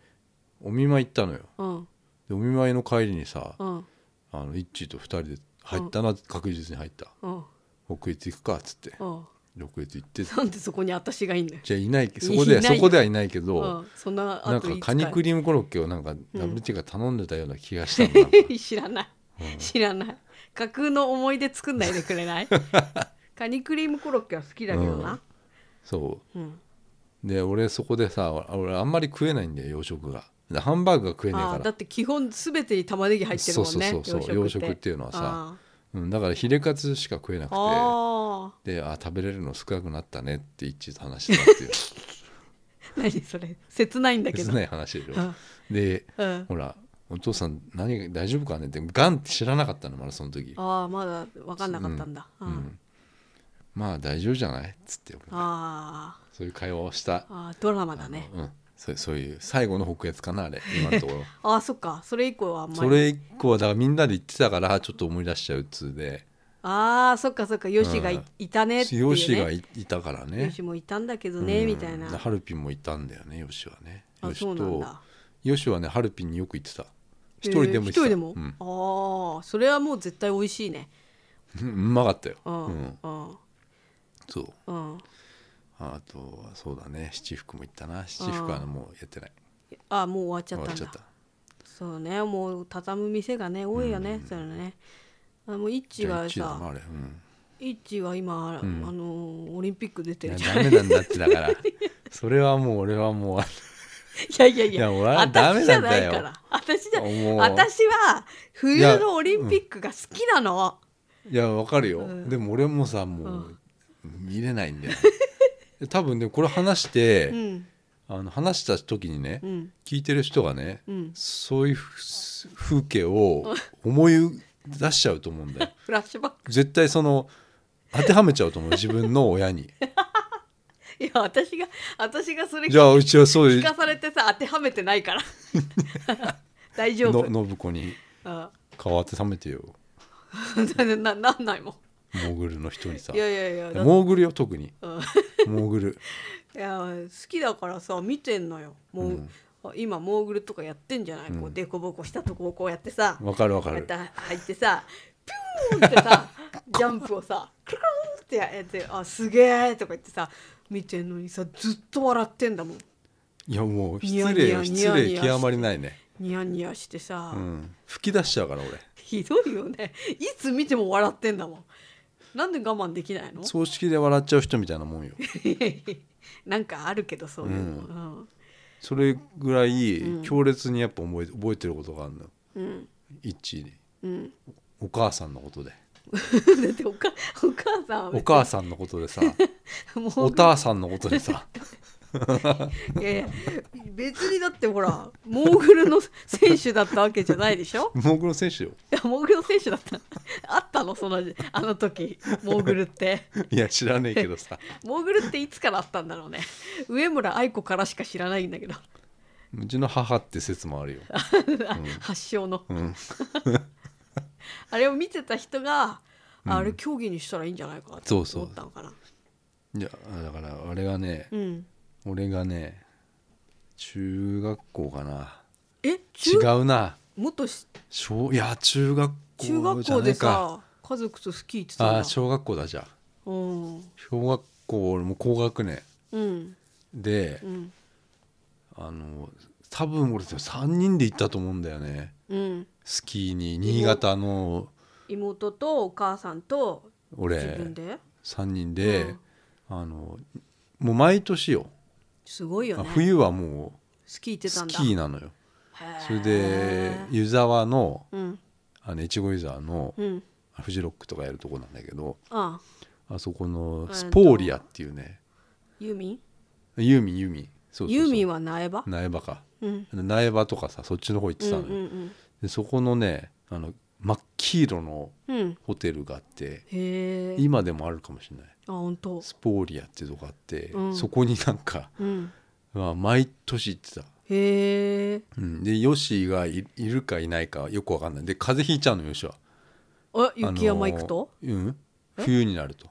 S2: お見舞い行ったのよ
S1: あうん
S2: でお見舞いの帰りにさ
S1: うん
S2: あのイッチーと二人で入ったな確実に入った
S1: うん
S2: 北越行くかっつって
S1: うん
S2: 六越行って
S1: なんでそこに私がいんのよ、
S2: じゃあいないけそこで
S1: いないよ
S2: そこではいないけ
S1: う
S2: ど
S1: ん、そんな
S2: なん
S1: 後
S2: か
S1: いつ
S2: カニクリームコロッケをなんか WT が頼んでたような気がしたの
S1: [laughs]
S2: なんか
S1: 知らない、知らない架空の思い出作んないでくれない
S2: [laughs]
S1: カニクリームコロッケは好きだけどな、
S2: そう
S1: うん
S2: で俺そこでさ俺あんまり食えないんだよ洋食がでハンバーグが食えねえ
S1: あ
S2: か
S1: あだ
S2: ら
S1: って基本全てに玉ねぎ入ってるもんね
S2: そうそうそうそう
S1: 洋
S2: 洋
S1: 食って
S2: 食っていうのはさ
S1: あ
S2: うん、だからヒレカツしか食えなく
S1: ああ
S2: てであ食べれるの少なくなったねって一致と話して
S1: [laughs]
S2: たっていう
S1: あ何それ切ないんだけ
S2: 切
S1: ど
S2: ない話でしょ
S1: あ
S2: で
S1: うん
S2: ほらお父さん何が大丈夫かねってガンって知らなかったのまだその時
S1: ああまだ分かんなかったんだ、
S2: う
S1: うん
S2: んまあ大丈夫じゃないっつって俺
S1: ああ
S2: そういう会話をした、
S1: ああドラマだね
S2: うん、そうそういう最後の北越かな
S1: [laughs]
S2: あれ今のところ
S1: ああそっかそれ以降はあんまり
S2: それ以降はだからみんなで言ってたからちょっと思い出しちゃうっつうで
S1: ああそっかそっかヨシがい,、
S2: うん
S1: たねっていうね
S2: ヨシがいいたから
S1: ヨ
S2: ね
S1: シもいたんだけどね、
S2: うん
S1: みたいな
S2: でハルピンもいたんだよねヨシはね
S1: あ
S2: ヨシ
S1: そうなん
S2: と
S1: だ
S2: ヨシはねハルピンによく行ってた一人でも
S1: 一
S2: 行ってた、
S1: 人でも、
S2: うん [laughs]
S1: ああそれはもう絶対美味しいね
S2: うんうまかったよ、
S1: う
S2: うん
S1: んうん
S2: そう
S1: うん
S2: あとはそうだね七福も行ったな七福はもうやってない
S1: あもう終わっちゃ
S2: 終
S1: っ
S2: わ
S1: た
S2: っ
S1: ん
S2: ちゃ
S1: だ
S2: った
S1: そうねもう畳む店がね多いよね、そういうのねあもうイッチ
S2: じゃあ
S1: が
S2: 一だな
S1: さ
S2: あれ、うん
S1: イッチは今、
S2: ん
S1: あのーオリンピック出て
S2: い
S1: る
S2: や
S1: じゃん
S2: ダメなんだってだからそれはもう俺はもう
S1: [laughs] いやいやいや
S2: いや俺はダメなんだよ
S1: 私じゃないから私じゃ
S2: もう
S1: 私は冬のオリンピックが好きなの、
S2: いやわかるよ、
S1: うん
S2: でも俺もさもう見れないんだよ、 [laughs] 多分ねこれ話して、
S1: うん
S2: あの話した時にね、
S1: うん
S2: 聞いてる人がね、
S1: うん
S2: そういうふ風景を思い出しちゃうと思うんだよ
S1: [laughs] フラッシュバック
S2: 絶対その当てはめちゃうと思う自分の
S1: [laughs]
S2: 親に
S1: いや私が私がそれ
S2: じゃあうちはそうい
S1: 聞
S2: う
S1: かされてさ当てはめてないから [laughs] 大丈夫
S2: の信子に
S1: あ
S2: 顔当てはめてよ
S1: ななん [laughs] ないも
S2: モーグルの人にさ
S1: んいやいやいやだ
S2: モーグルよ特に
S1: うん
S2: モーグル
S1: いや好きだからさ見てんのよもう、
S2: うん
S1: あ今モーグルとかやってんじゃない、こうデコボコしたとこをこうやってさ
S2: わかるわか
S1: [laughs] やっ
S2: る
S1: て入ってさピューンって
S2: [laughs]
S1: さジャンプをさクルクルンってやって「あすげえ!」とか言ってさ見てんのにさずっと笑ってんだもん
S2: いやもう
S1: ニヤニ
S2: 失礼
S1: ヤ
S2: よ
S1: ニ
S2: 失
S1: ヤニ
S2: 礼
S1: ヤ
S2: 極まりないね
S1: ニヤニヤしてさ、
S2: うん吹き出しちゃうから俺
S1: ひどいよねいつ見ても笑ってんだもんなんで我慢できないの
S2: 葬式で笑っちゃう人みたいなもんよ
S1: [laughs] なんかあるけどそういうの、
S2: それぐらい強烈にやっぱ覚え覚えてることがあるの
S1: うん [laughs]
S2: 一に
S1: うん
S2: お母さんのことで
S1: うんだっておかお母さんは
S2: お
S1: 別
S2: 母さんのこと
S1: [laughs]
S2: でさ
S1: にも
S2: お
S1: う
S2: 母さんのことでさ
S1: いやいや別にだってほらモーグルの選手だったわけじゃないでしょ
S2: モーグルの選手よ
S1: いやモーグルの選手だったあったのそのあの時モーグルって
S2: いや知らねえけどさ
S1: モーグルっていつからあったんだろうね上村愛子からしか知らないんだけど
S2: うちの母って説もあるよ、
S1: 発祥の
S2: うん、
S1: [laughs] あれを見てた人が、ああれ競技にしたらいいんじゃないかって
S2: そう
S1: 思
S2: そう
S1: ったのかな。
S2: いやだからあれがね
S1: うん、
S2: 俺がね中学校かな
S1: え
S2: 違
S1: 中
S2: うな
S1: 元し
S2: 小いや中学
S1: 中
S2: 校
S1: 学
S2: じゃ
S1: 校
S2: ねえ
S1: で
S2: か
S1: さ家族とスキー行ってたん
S2: あ
S1: だ
S2: あ小学校だじゃあ
S1: うん
S2: 小学校もう高学年
S1: うん
S2: で、
S1: うん
S2: あの多分俺3人で行ったと思うんだよね
S1: うん
S2: スキーに新潟の
S1: 妹とお母さんと自
S2: 俺
S1: 分で
S2: 3人で、あのもう毎年よ、
S1: すごいよ
S2: あ
S1: ね
S2: 冬はも
S1: スキー行って
S2: う
S1: た
S2: ス
S1: んだ
S2: キーなのよ
S1: へー
S2: それで湯沢の
S1: うん
S2: あの越後湯沢の
S1: うん
S2: フジロックとかやるとこなんだけど
S1: ああ
S2: あそこの
S1: と
S2: スポーリアっていうね
S1: ユーミン
S2: ユーミンユーミンそうそうそう
S1: ユーミンは苗場
S2: 苗場か
S1: うん
S2: 苗場とかさそっちの方行って
S1: う
S2: た
S1: ん
S2: の
S1: う
S2: よ、
S1: ん
S2: でそこのねあの真っ黄色の
S1: うんうん
S2: ホテルがあって
S1: へえ
S2: 今でもあるかもしれない
S1: あ本当
S2: スポーリアっていうとこあって、
S1: うん
S2: そこになんか、
S1: うん
S2: まあ、毎年行ってた、
S1: へえ
S2: うん、でヨシがいいるかいないかよくわかんないで風邪ひいちゃうのヨシは
S1: あ雪山行くと、
S2: あのーうん冬にな
S1: [laughs]
S2: ると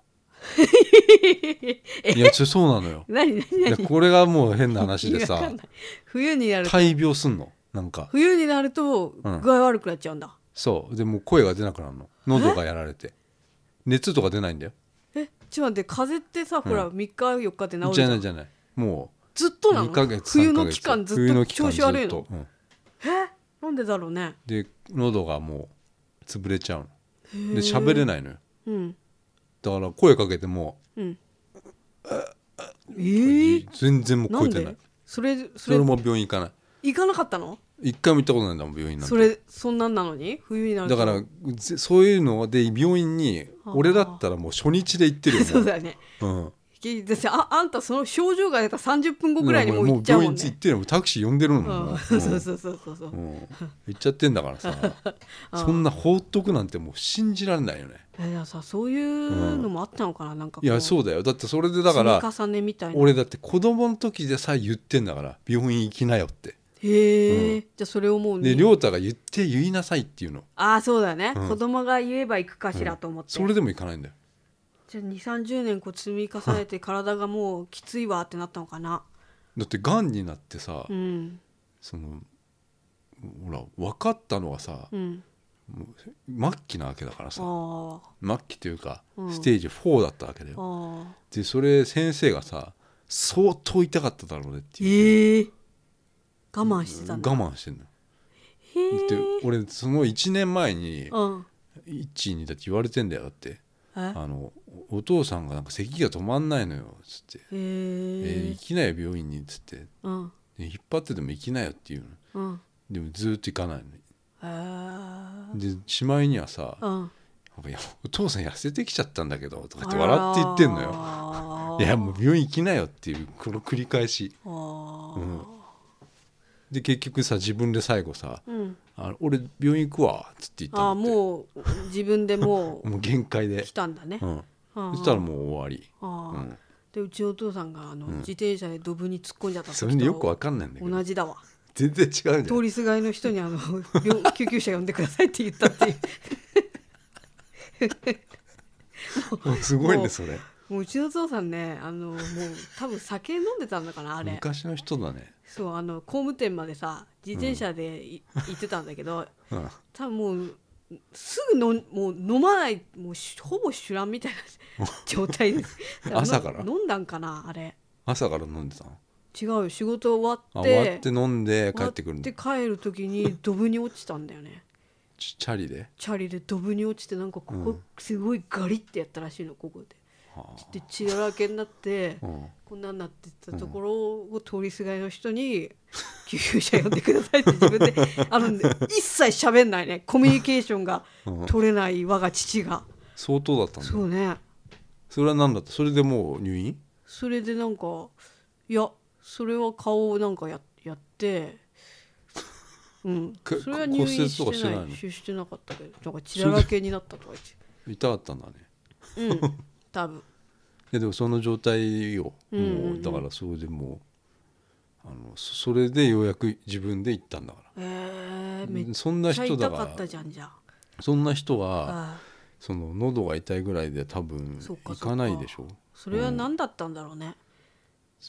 S2: いやちょそうなのよ
S1: 何何何
S2: でこれがもう変な話で
S1: 意味わか
S2: さ
S1: んない冬になると
S2: 大病すんのなんか
S1: 冬になると具合悪くなっちゃうんだ、
S2: そうでもう声が出なくなるの喉がやられて熱とか出ないんだよ
S1: えちょっと待って風邪ってさほら3日4日で治る
S2: じ
S1: じ
S2: ゃ
S1: ゃ
S2: ない
S1: ん
S2: じゃないも
S1: ずっ
S2: う
S1: とな
S2: 2
S1: の
S2: ヶ月
S1: 冬
S2: 3ヶ
S1: の
S2: 月
S1: 期間ず
S2: 冬
S1: っ
S2: の
S1: と
S2: 期間
S1: 調子悪いの
S2: ずっとうん
S1: えなんでだろうね
S2: で喉がもう潰れちゃうので喋れないのよ
S1: うん
S2: だから声かけても
S1: うんえー、
S2: 全然もう
S1: なん
S2: 声出ない
S1: でそれそ
S2: それ
S1: れ
S2: も病院行かな
S1: 行かなかったの
S2: い一回も行ったことないんだもん病院なん
S1: そ
S2: て
S1: れそんなんなのに冬になる
S2: だ
S1: と
S2: からぜそういうので病院に
S1: あー
S2: 俺だったらもう初日で行ってる
S1: [laughs] [laughs]
S2: よ
S1: そうだよね
S2: も
S1: だってああんたその症状が出た30分後
S2: う
S1: ぐらいにもう行っちゃうもん
S2: 病院行っ
S1: ね
S2: てるよもうタクシー呼んでるの
S1: う
S2: も
S1: ん
S2: う
S1: そうそう
S2: う
S1: そうそうそうん
S2: うん行っちゃってんだか
S1: [laughs]
S2: らさ
S1: ー
S2: そんな放っとくなんてもう信じられないよね
S1: えじゃあさそういうのもあったのかななんかこ
S2: いや
S1: う
S2: そうだよだってそれでだから
S1: 積み重ねみたいな
S2: 俺だって子供の時でさえ言ってんだから病院行きなよって
S1: へえ、じゃあそれをもう
S2: で亮太が言って言いなさいっていうの
S1: ああそうだよね、
S2: うん
S1: 子供が言えば行くかしらと思って、
S2: それでも行かないんだよ
S1: じゃあ2 3 0年こう積み重ねて体がもうきついわってなったのかな
S2: だってがんになってさ
S1: うん
S2: そのほら分かったのはさ
S1: うん
S2: 末期なわけだから
S1: あ
S2: さ
S1: ー
S2: 末期というか
S1: うん
S2: ステージ4だったわけだ
S1: あ
S2: よ
S1: ー
S2: でそれ先生がさ相当痛かっただろうねっていう
S1: ええ我慢してた
S2: 我
S1: んだ
S2: 慢してんの
S1: へえ
S2: だって俺その1年前に
S1: うん
S2: 一にだって言われてんだよだって
S1: え
S2: あのおお父さんがなんか咳が止まんないのよつって
S1: へ
S2: 「えー
S1: え
S2: 行きなよ病院に」つって
S1: うん
S2: で引っ張ってでも行きなよっていうの
S1: うん
S2: でもずーっと行かないの
S1: へえ
S2: でしまいにはさ
S1: うん
S2: なんかいや「お父さん痩せてきちゃったんだけど」とかって笑って言ってんの
S1: よ
S2: よ「[laughs] いやもう病院行きなよ」っていうこの繰り返し
S1: あ
S2: で結局さ自分で最後さ
S1: ーうん
S2: 「あ俺病院行くわ」っつって言った
S1: あー
S2: んだって
S1: もう自分でもう
S2: もう限界で
S1: 来、たんだね、
S2: うん、
S1: あー
S2: そしたらもう終わり、
S1: あ
S2: う
S1: あ、
S2: ん、
S1: でうちのお父さんがあの、自転車でドブに突っ込んじゃった時
S2: それによくわ
S1: と
S2: かんないんだけ
S1: 同
S2: ど
S1: じだわ
S2: 全然違うじゃん
S1: 通りすがりの人にあの
S2: [laughs]
S1: 病救急車呼んでくださいって言ったっていう
S2: すごい
S1: も
S2: ね
S1: う
S2: それ
S1: もううちのお父さんねあのもう多分酒飲んでたんだかなあれ
S2: 昔の人だね、
S1: そうあの工務店までさ自転車でい、行ってたんだけど
S2: うん、
S1: 多分もうすぐのもう飲まないもうしほぼ酒乱みたいな状態です
S2: [laughs] 朝から
S1: 飲んだんかなあれ
S2: 朝から飲んでたの
S1: 違うよ仕事終わ
S2: あ
S1: っ
S2: 終
S1: て
S2: わって飲んで帰ってくるんだ
S1: 終わって帰る時にドブに落ちたんだよね
S2: チチャリで、
S1: チャリでドブに落ちてなんかここすごいガリってやったらしいのここで
S2: はあ
S1: で血だらけになって
S2: うん、
S1: こんなんなってたところを通りすがりの人に「救急車呼んでください」って自分であのね一切喋んないねコミュニケーションが
S2: うん
S1: 取れない我が父が
S2: 相当だったんだ
S1: そうね
S2: それは何だったそれでもう入院
S1: それでなんかいやそれは顔をなんかややって
S2: [laughs]
S1: うん
S2: か
S1: それは入院して
S2: 骨折とかし
S1: な
S2: てない
S1: い
S2: の
S1: 出血してなかったけどなんか血だらけになったとか
S2: 痛かったんだね
S1: 言
S2: [laughs]
S1: ってうん多分
S2: いやでもその状態をもう、
S1: うんうんうん
S2: だからそれでもうあのそそれでようやく自分で行ったんだから
S1: えー、めっち
S2: そんな
S1: ゃ
S2: 人
S1: 痛
S2: だ
S1: かっ
S2: か
S1: た
S2: ら
S1: じゃんじゃあ
S2: そんな人は
S1: ああ
S2: その喉が痛いぐらいで多分
S1: そっか
S2: 行かないでしょ
S1: それは何だったんだろうね、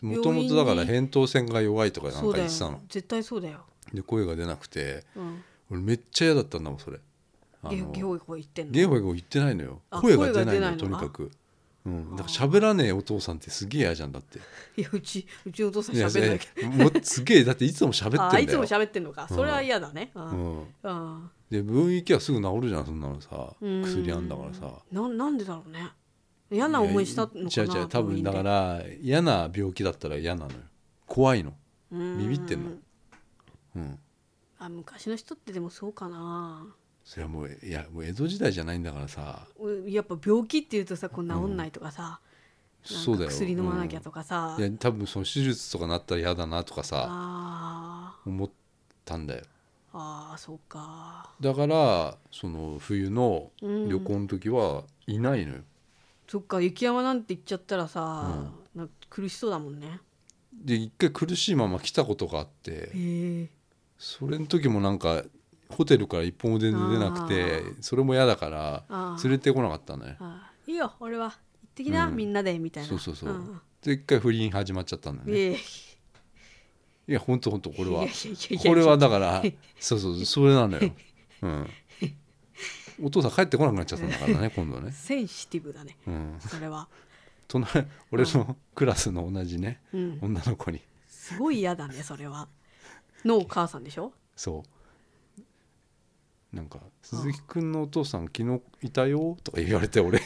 S2: もともとだから
S1: 病
S2: 扁桃腺が弱いとかなん
S1: そ
S2: か
S1: うだ
S2: 言
S1: よ
S2: ってたの
S1: 絶対そうだよ、
S2: で声が出なくて
S1: うん、
S2: 俺めっちゃ嫌だったんだもんそれあ
S1: ゲ
S2: の
S1: ホゲホゲホ言ってんの
S2: ゲーホゲホ言ってないのよ
S1: あ
S2: 声が出ない
S1: 声
S2: の
S1: が
S2: よ
S1: 出な
S2: と
S1: い
S2: に
S1: の
S2: かく、うん、だから喋らねえお父さんってすげえ嫌じゃんだって
S1: いやうちうちのお父さん
S2: いや
S1: [laughs] 喋んないけ
S2: いやもうすげえだっていつも喋ってん
S1: ど
S2: だよ
S1: あいつも喋ってんのかそれは嫌だねああ
S2: うん、
S1: ああ
S2: で病院行きゃすぐ治るじゃんそんなのさ
S1: うん
S2: 薬あんだからさ
S1: ななんでだろうね嫌な思いしたのかな
S2: 違う違う多分だから嫌な病気だったら嫌なのよ怖いの
S1: ビ
S2: ビビってんのうん
S1: あ昔の人ってでもそうかな
S2: それはもういやもう江戸時代じゃないんだからさ
S1: うやっぱ病気っていうとさこう治んないとかさ、なんか
S2: そうだよ
S1: 薬飲まなきゃとかさ、
S2: うんいや多分その手術とかなったら嫌だなとかさ
S1: あ
S2: 思ったんだよ
S1: あああそうか
S2: だからその冬の
S1: うん
S2: 旅行の時はいないのよ、
S1: そっか雪山なんて行っちゃったらさ、なんか苦しそうだもんね
S2: で一回苦しいまま来たことがあって
S1: へえ
S2: それの時もなんかホテルから一本も出出なくてそれも嫌だから
S1: あー
S2: 連れてこなかったのよ
S1: ああいいよ俺は行ってきな、
S2: うん
S1: みんなでみたいな
S2: そうそうそう、
S1: ん
S2: で一回不倫始まっちゃったんだよね
S1: ええ
S2: いやほんとほんとこれ
S1: いや
S2: はい
S1: やいやいや
S2: これはだからそうそうそれなのよ、うん、お父さん帰ってこなくなっちゃったんだからね今度ね、
S1: センシティブだね
S2: うん、
S1: それは、
S2: 隣俺のクラスの同じね、
S1: うん、
S2: 女の子に
S1: すごい嫌だねそれはのお母さんでしょ
S2: そうなんか「鈴木くんのお父さん昨日いたよ」とか言われて俺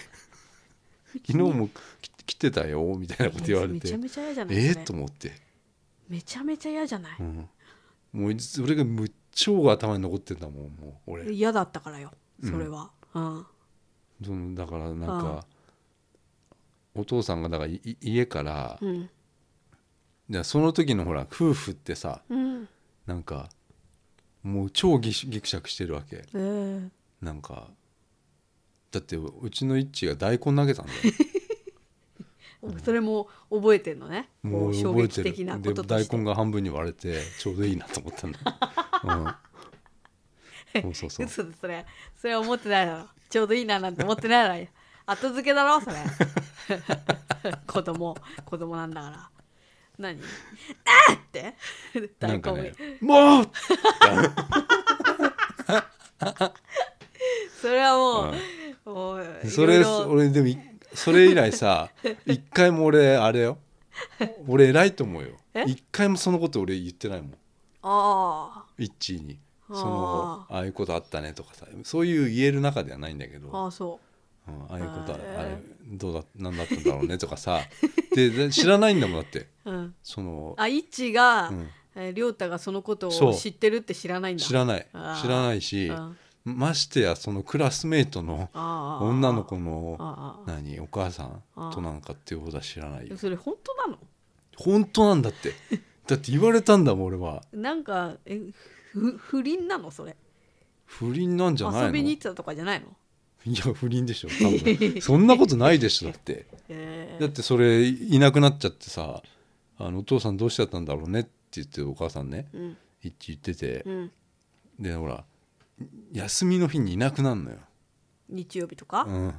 S2: 「昨日もき来てたよ」みたいなこと言われ
S1: めちゃ
S2: て
S1: めちゃ嫌じゃ
S2: 「
S1: ないそ
S2: えっ?」
S1: れ
S2: と思って、
S1: めちゃめちゃ嫌じゃない
S2: うん、もうそれがむっちゃ頭に残ってんだもんもう俺
S1: 嫌だったからよそれは、うん
S2: そのだからなん
S1: あ
S2: かお父さんがだからいい家から
S1: うん
S2: でその時のほら夫婦ってさ
S1: うん
S2: なんかもう超ぎしぎくしゃくしてるわけ
S1: えー
S2: なんかだってうちの一致が大根投げたんだよ
S1: それも覚えてんのね
S2: も
S1: こ
S2: う
S1: 衝
S2: 覚えて
S1: 撃
S2: る
S1: 的なこと
S2: で
S1: と
S2: 大
S1: して
S2: 根が半分に割れてちょうどいいなと思ったんだ、うん、
S1: [laughs]
S2: そうそうそう
S1: 嘘だそれそれは思ってないだろちょうどいいななんて思ってないだろ後付けだろそ
S2: [laughs]
S1: れ子供子供なんだから
S2: [laughs]
S1: 何あっって
S2: なんか
S1: 大根
S2: ね「もう!
S1: それはもう,、
S2: うん」
S1: もう
S2: それ
S1: いろいろ
S2: 俺でもいそれ以来さ一回も俺あれよ俺偉いと思うよ
S1: え
S2: 一回もそのこと俺言ってないもん
S1: あ
S2: 一致に
S1: あ
S2: そ
S1: ー
S2: のああいうことあったねとかさそういう言える中ではないんだけど
S1: あああそ
S2: うん、ああいうことは
S1: へー
S2: あれどうだ何だったんだろうねとかさでで知らないんだもんだって
S1: う、うん、
S2: その、
S1: あ一が、
S2: うん
S1: えー、亮太がそのこと
S2: そ
S1: を
S2: う
S1: 知ってるって知らないんだ
S2: 知らない
S1: あー
S2: 知らないし
S1: うん
S2: ましてやそのクラスメイトの
S1: ああ
S2: 女の子
S1: あ
S2: の
S1: あああ
S2: 何お母さん
S1: あー
S2: となんかっていうことは知らない
S1: で
S2: よ
S1: もそれ本当なの
S2: 本当なんだって [laughs] だって言われたんだもん俺は
S1: なんかえふ不倫なのそれ
S2: 不倫なんじゃないの
S1: 遊びに行ってたとかじゃないの
S2: いや不倫でしょ
S1: [laughs]
S2: 多分そんなことないでしょだって
S1: え
S2: だってそれいなくなっちゃってさあのお父さんどうしちゃったんだろうねって言ってお母さんね
S1: うん
S2: 一致言ってて
S1: うん、
S2: でほら休みの日にいなくなるのよ、
S1: 日曜日とか
S2: う、ん、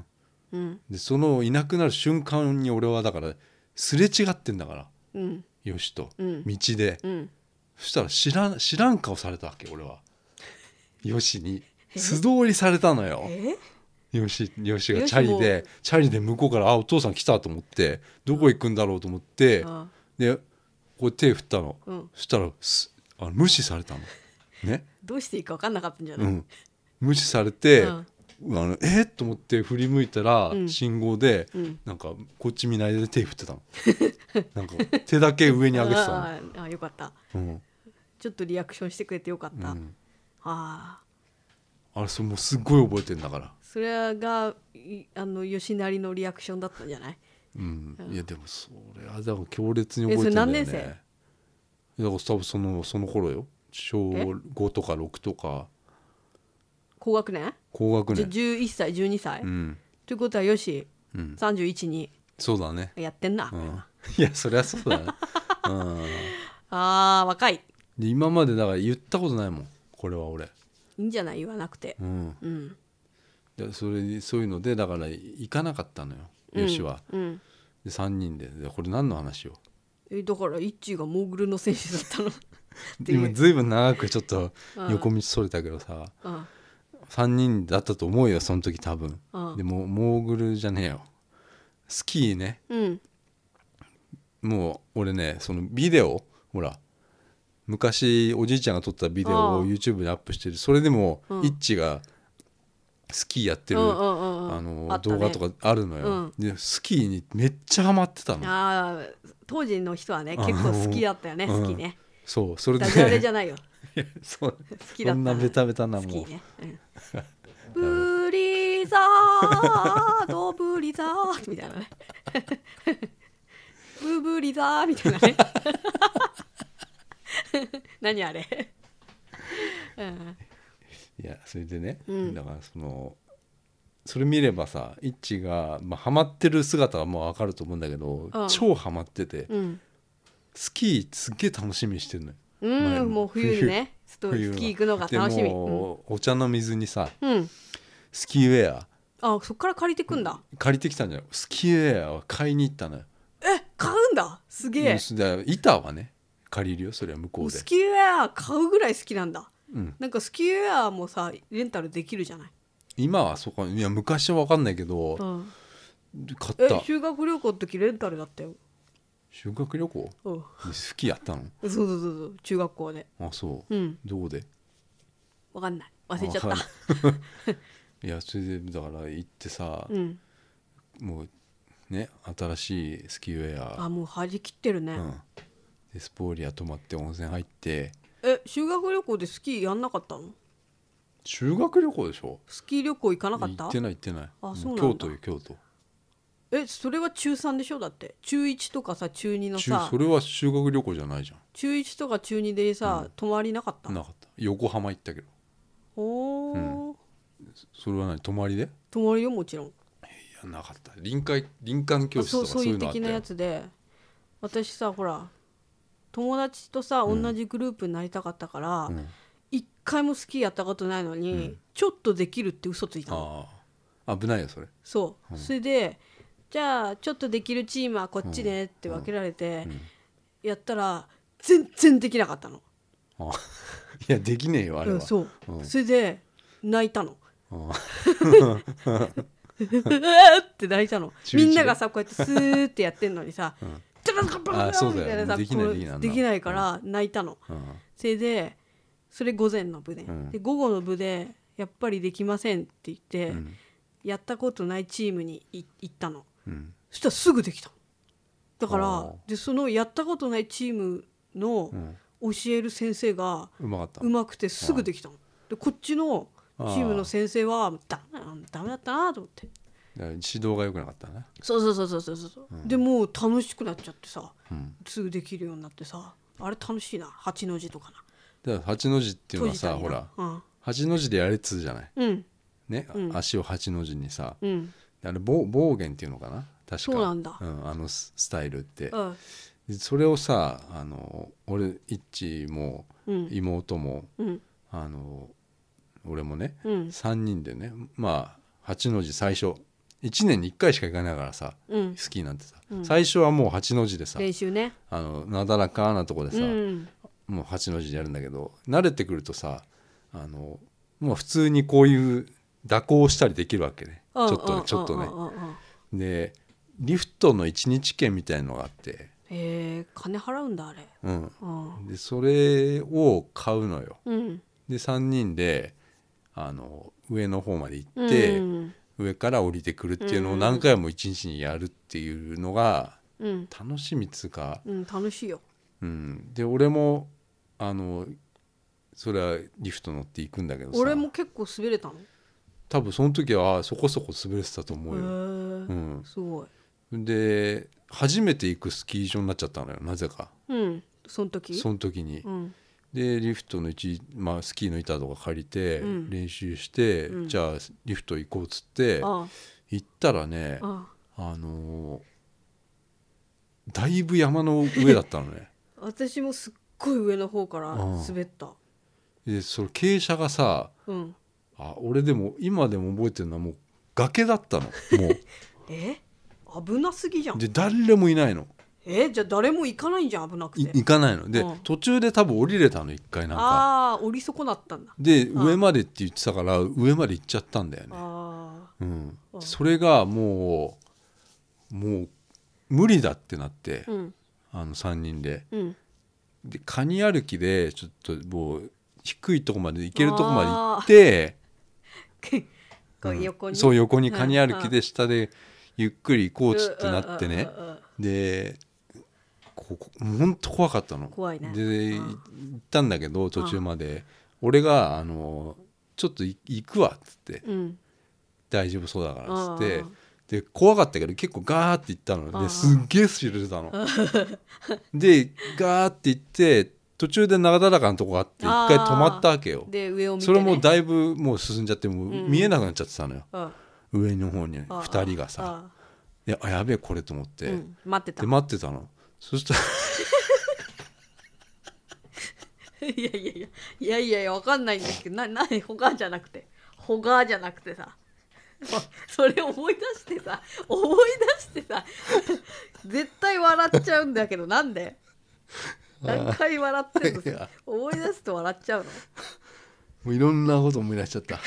S1: うん
S2: でそのいなくなる瞬間に俺はだからすれ違ってんだから
S1: うん
S2: よしと、
S1: うん
S2: 道で、
S1: うん、
S2: そしたら知らん知らん顔されたわけ俺はよしに素通りされたのよ
S1: え
S2: よしよしが
S1: よし
S2: チャリ
S1: も
S2: で
S1: う
S2: チャリで向こうから「あお父さん来た」と思ってどこ行くんだろうと思って、
S1: あ
S2: でこう手振ったの、
S1: うん
S2: そしたらすあの無視されたのね
S1: どうしていいか分かんなかったんじゃな
S2: う
S1: い、
S2: ん、無視されて、
S1: うん
S2: あのえっと思って振り向いたら、
S1: うん
S2: 信号で、
S1: うん
S2: なんかこっち見ないで手振ってたの [laughs] なんか手だけ上に上げてたの
S1: あああよかった、
S2: うん
S1: ちょっとリアクションしてくれてよかった、
S2: うん
S1: ああ
S2: あれそれもうすっごい覚えてんだから、
S1: それがいあの吉成のリアクションだったんじゃない
S2: うん
S1: うん
S2: いやでもそれはだから強烈に覚えてんだよね
S1: えそれ何年
S2: いやだから多分そのその頃よ小
S1: え
S2: 5とか6とか
S1: 高学年
S2: 高学
S1: じゃ
S2: 年
S1: 11歳12歳、
S2: うん
S1: ということはよし
S2: うん
S1: 31に
S2: そうだね、
S1: やってんな、
S2: うん、いやそりゃそうだね、うん、
S1: あー若い
S2: で今までだから言ったことないもんこれは俺
S1: いいんじゃない言わなくて
S2: うん
S1: うん
S2: でそれにそういうのでだから行かなかったのよ、
S1: うん
S2: よしは
S1: うん
S2: で3人ででこれ何の話を
S1: えだからイッチーがモーグルの選手だった
S2: [laughs]
S1: のっていう
S2: 今ずいぶん長くちょっと
S1: うん
S2: 横道それたけどさ、
S1: あ
S2: 3人だったと思うよその時多分、
S1: うん
S2: でもモーグルじゃねえよスキーね
S1: うん
S2: もう俺ねそのビデオほら昔おじいちゃんが撮ったビデオ
S1: ああ
S2: を YouTube にアップしてるそれでも、
S1: うん
S2: イッチがスキーやってる、
S1: うんうんうんうん
S2: あの
S1: あったね
S2: 動画とかあるのよ、でスキーにめっちゃハマってたの
S1: あー当時の人はね結構好きだったよね
S2: うん
S1: 好きね
S2: そうそれで
S1: ダジャレじゃないよ
S2: そう
S1: 好きだった
S2: こんなベタベタな
S1: 好
S2: も
S1: き
S2: う、
S1: ね、うん、 [laughs] ブリザードブリザーみたいな [laughs] ねブブリザーみたいなね [laughs] 何あれ、うん、
S2: いやそれでね、
S1: うん
S2: だからそのそれ見ればさイッチが、まあ、ハマってる姿はもうわかると思うんだけど、
S1: うん
S2: 超ハマってて、
S1: うん
S2: スキーすっげえ楽しみにしてるのよ
S1: う
S2: 前
S1: ん、もう冬にねスト
S2: 冬
S1: スキー行くのが
S2: で
S1: 楽しみうん、
S2: もうお茶の水にさ
S1: うん、
S2: スキーウェア
S1: あそっから借りてくんだ、
S2: 借りてきたんじゃないスキーウェアは買いに行ったのよ
S1: え買うんだすげえ
S2: うんで板はね借りるよそれは向こ
S1: も
S2: う
S1: う
S2: で
S1: スキーウェア買うぐらい好きなんだ
S2: うん
S1: なんかスキーウェアもさレンタルできるじゃない
S2: 今はそうかいや昔は分かんないけど
S1: うん、
S2: 買っ
S1: え
S2: た
S1: 修学旅行の時レンタルだったよ、
S2: 修学旅行
S1: うん、
S2: 好きやったの
S1: そうそうそうそう中学校で
S2: あそう、
S1: うん
S2: どこで
S1: わかんない忘れちゃった
S2: あはいいや [laughs] それでだから行ってさ、
S1: うん
S2: もうね新しいスキーウェア
S1: あもう張り切ってるね、
S2: うん、でスポーリア泊まって温泉入って
S1: え修学旅行でスキーやんなかったの
S2: 修学旅行でしょ
S1: スキー旅行行かなかった
S2: 行ってない行ってない
S1: あ
S2: も
S1: そうなんだ
S2: 京都よ京都
S1: えそれは中3でしょだって中1とかさ中2の
S2: 中
S1: さ
S2: それは修学旅行じゃないじゃ
S1: 中1とか中2でさ、泊まりなかった
S2: んなかった横浜行ったけど
S1: おお、
S2: それは何泊まりでい
S1: 泊まりよもちろん
S2: やなかった臨海林間教
S1: あ
S2: 室
S1: そ
S2: と
S1: う
S2: か
S1: そ
S2: そ
S1: う
S2: う
S1: い
S2: い
S1: う
S2: うのあっ
S1: 的
S2: た
S1: なや
S2: よ
S1: つで私さほら友達とさ同じグループになりたかったから
S2: うん
S1: 一、回もスキーやったことないのに、ちょっとできるって嘘ついたの
S2: ああ危ないよそれ
S1: そう、それでじゃあちょっとできるチームはこっちねって分けられて、やったら全然できなかったの、
S2: あいやできねえよあれ
S1: う
S2: は、
S1: ん、そう、
S2: うん
S1: それで泣いた
S2: [laughs]
S1: の
S2: あ
S1: うわーって泣いたの
S2: 中一
S1: み
S2: で
S1: んながさこうやってスーってやってんのにさ
S2: ん
S1: 「トランカパン!」
S2: あそうだ
S1: み
S2: よ
S1: たいなさ
S2: できない
S1: こう
S2: できないあんな
S1: できないから泣いたの、
S2: あうん
S1: それでそれ午前の部で,、
S2: ん
S1: で午後の部でやっぱりできませんって言って、
S2: ん
S1: やったことないチームにい行ったの
S2: うん
S1: そしたらすぐできたのだか
S2: あ
S1: ら
S2: ー
S1: でそのやったことないチームの
S2: ん
S1: 教える先生が
S2: うまかった
S1: うまくてすぐできたのでこっちのチームの先生はダメだダメだったなと思って
S2: だから指導が良くなかったな
S1: そうそうそうそうそうそう、でもう楽しくなっちゃってさ、すぐできるようになってさあれ楽しいな八の字とかな
S2: だから八の字っていうのはさ
S1: 閉じた
S2: ほ
S1: り
S2: ら
S1: な
S2: 八の字でやれっつうじゃない
S1: うんうん
S2: ね、足を八の字にさ、
S1: うん
S2: あれ暴暴言っていうのかな確か
S1: そうなんだ
S2: あのススタイルって
S1: う、ん
S2: でそれをさあの俺イッチも
S1: うん
S2: 妹も、
S1: うん
S2: あの俺もね、
S1: うん
S2: 3人でねまあ八の字最初1年に1回しか行かないからさ、
S1: うん
S2: 好きになってさ、最初はもう八の字でさ
S1: 練習ね
S2: あのなだらかなとこでさ、
S1: うん
S2: もう八の字でやるんだけど慣れてくるとさあのもう普通にこういう蛇行したりできるわけねちょっとねちょっとね
S1: ね
S2: でリフトの1日券みたいのがあって、
S1: えー、金払うんだあれ
S2: うん、
S1: うん
S2: でそれを買うのよ
S1: うん
S2: で3人であの上の方まで行って、
S1: うん
S2: 上から降りてくるっていうのを何回も1日にやるっていうのが
S1: うん、
S2: 楽しみっつうか、
S1: うん、楽しいよ
S2: うん、で俺もあのそれはリフト乗っていくんだけどさ
S1: 俺も結構滑れたのへ
S2: 多分その時はそこそこ滑れてたと思
S1: え
S2: うよ、うん
S1: すごい
S2: で初めて行くスキー場になっちゃったのよなぜか
S1: うんその時
S2: その時に、
S1: うん
S2: でリフトの一、まあ、スキーの板とか借りて
S1: うん
S2: 練習して、
S1: うん
S2: じゃあリフト行こうっつって
S1: あ
S2: 行ったらね
S1: ああ
S2: あのーだいぶ山の上だったの
S1: [laughs]
S2: ね
S1: あ私もすっごい上の方から滑った
S2: でその傾斜がさ
S1: うん
S2: あ俺でも今でも覚えてるのはもう崖だったのも
S1: え危なすぎじゃ
S2: う
S1: ん
S2: で誰もいないの
S1: えじゃあ誰も行かないんじゃん危なく [laughs]
S2: い
S1: て
S2: 行かないので、
S1: うん
S2: 途中で多分降りれたの一回なんか
S1: ああ降り損なったんだ
S2: で上までって言ってたから上まで行っちゃったんだよね
S1: あ
S2: うん
S1: う、ん
S2: それがもうもう無理だってなって、
S1: あうん
S2: あの3人で [laughs]
S1: うん
S2: でカニ歩きでちょっともう低いとこまで行けるとこまで行って、
S1: けこ
S2: う
S1: うん横に、
S2: そう
S1: う
S2: 横にカニ歩きで下でゆっくり行こうっつってなってね、
S1: うんうんうんうん
S2: でここほんと怖かったの
S1: 怖いね
S2: で
S1: うん
S2: 行ったんだけど途中まで、俺があのちょっとい行くわっつって
S1: うん
S2: 大丈夫そうだからっつって
S1: うん
S2: で怖かったけど結構ガーって行ったの
S1: うん
S2: ですっげえスピード出たの
S1: [laughs]
S2: でガーって行って途中でなだらかなとこがあって一回止まったわけよ
S1: で上を見て、
S2: そ
S1: ね、
S2: れもだいぶもう進んじゃってもう
S1: うん
S2: 見えなくなっちゃってたのよ
S1: うん
S2: 上の方に2人がさ
S1: あ
S2: であやべえこれと思っ
S1: あ
S2: て
S1: うん待ってた
S2: で待ってたのそしたら
S1: [laughs] いやいやいやいやいやいやわかんないんですけどな何ほがじゃなくてほがじゃなくてさ [laughs] もうそれ思い出してさ思い出してさ [laughs] 絶対笑っちゃうんだけどなんで
S2: [laughs]
S1: 何回笑ってんの
S2: いや
S1: 思い出すと笑っちゃうの [laughs]
S2: もういろんなこと思い出しちゃった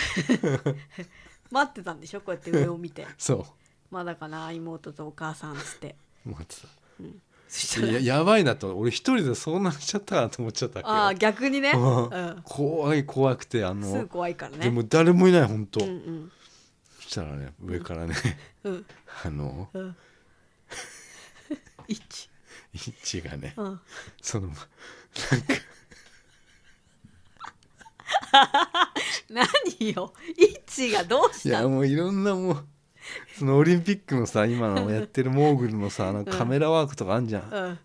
S1: 待ってたんでしょこうやって上を見て
S2: そ
S1: まだかな妹とお母さんっつって
S2: う待ってた
S1: そしたら
S2: ややばいなと俺一人でそうなっちゃったなと思っちゃった
S1: ああ
S2: わけ
S1: 逆にね、う
S2: ようん
S1: ん、
S2: 怖い怖くてあの
S1: すぐ怖いからね
S2: でも誰もいない本当、
S1: うんうん
S2: そしたらね上からね [laughs]
S1: うん
S2: あの
S1: うん一
S2: イッチがね
S1: うん
S2: そのま
S1: 何よ一がどう
S2: い
S1: した
S2: や
S1: の
S2: もういろんなもうそのオリンピックのさ今のやってるモーグルのさあのカメラワークとかあんじゃん、
S1: うん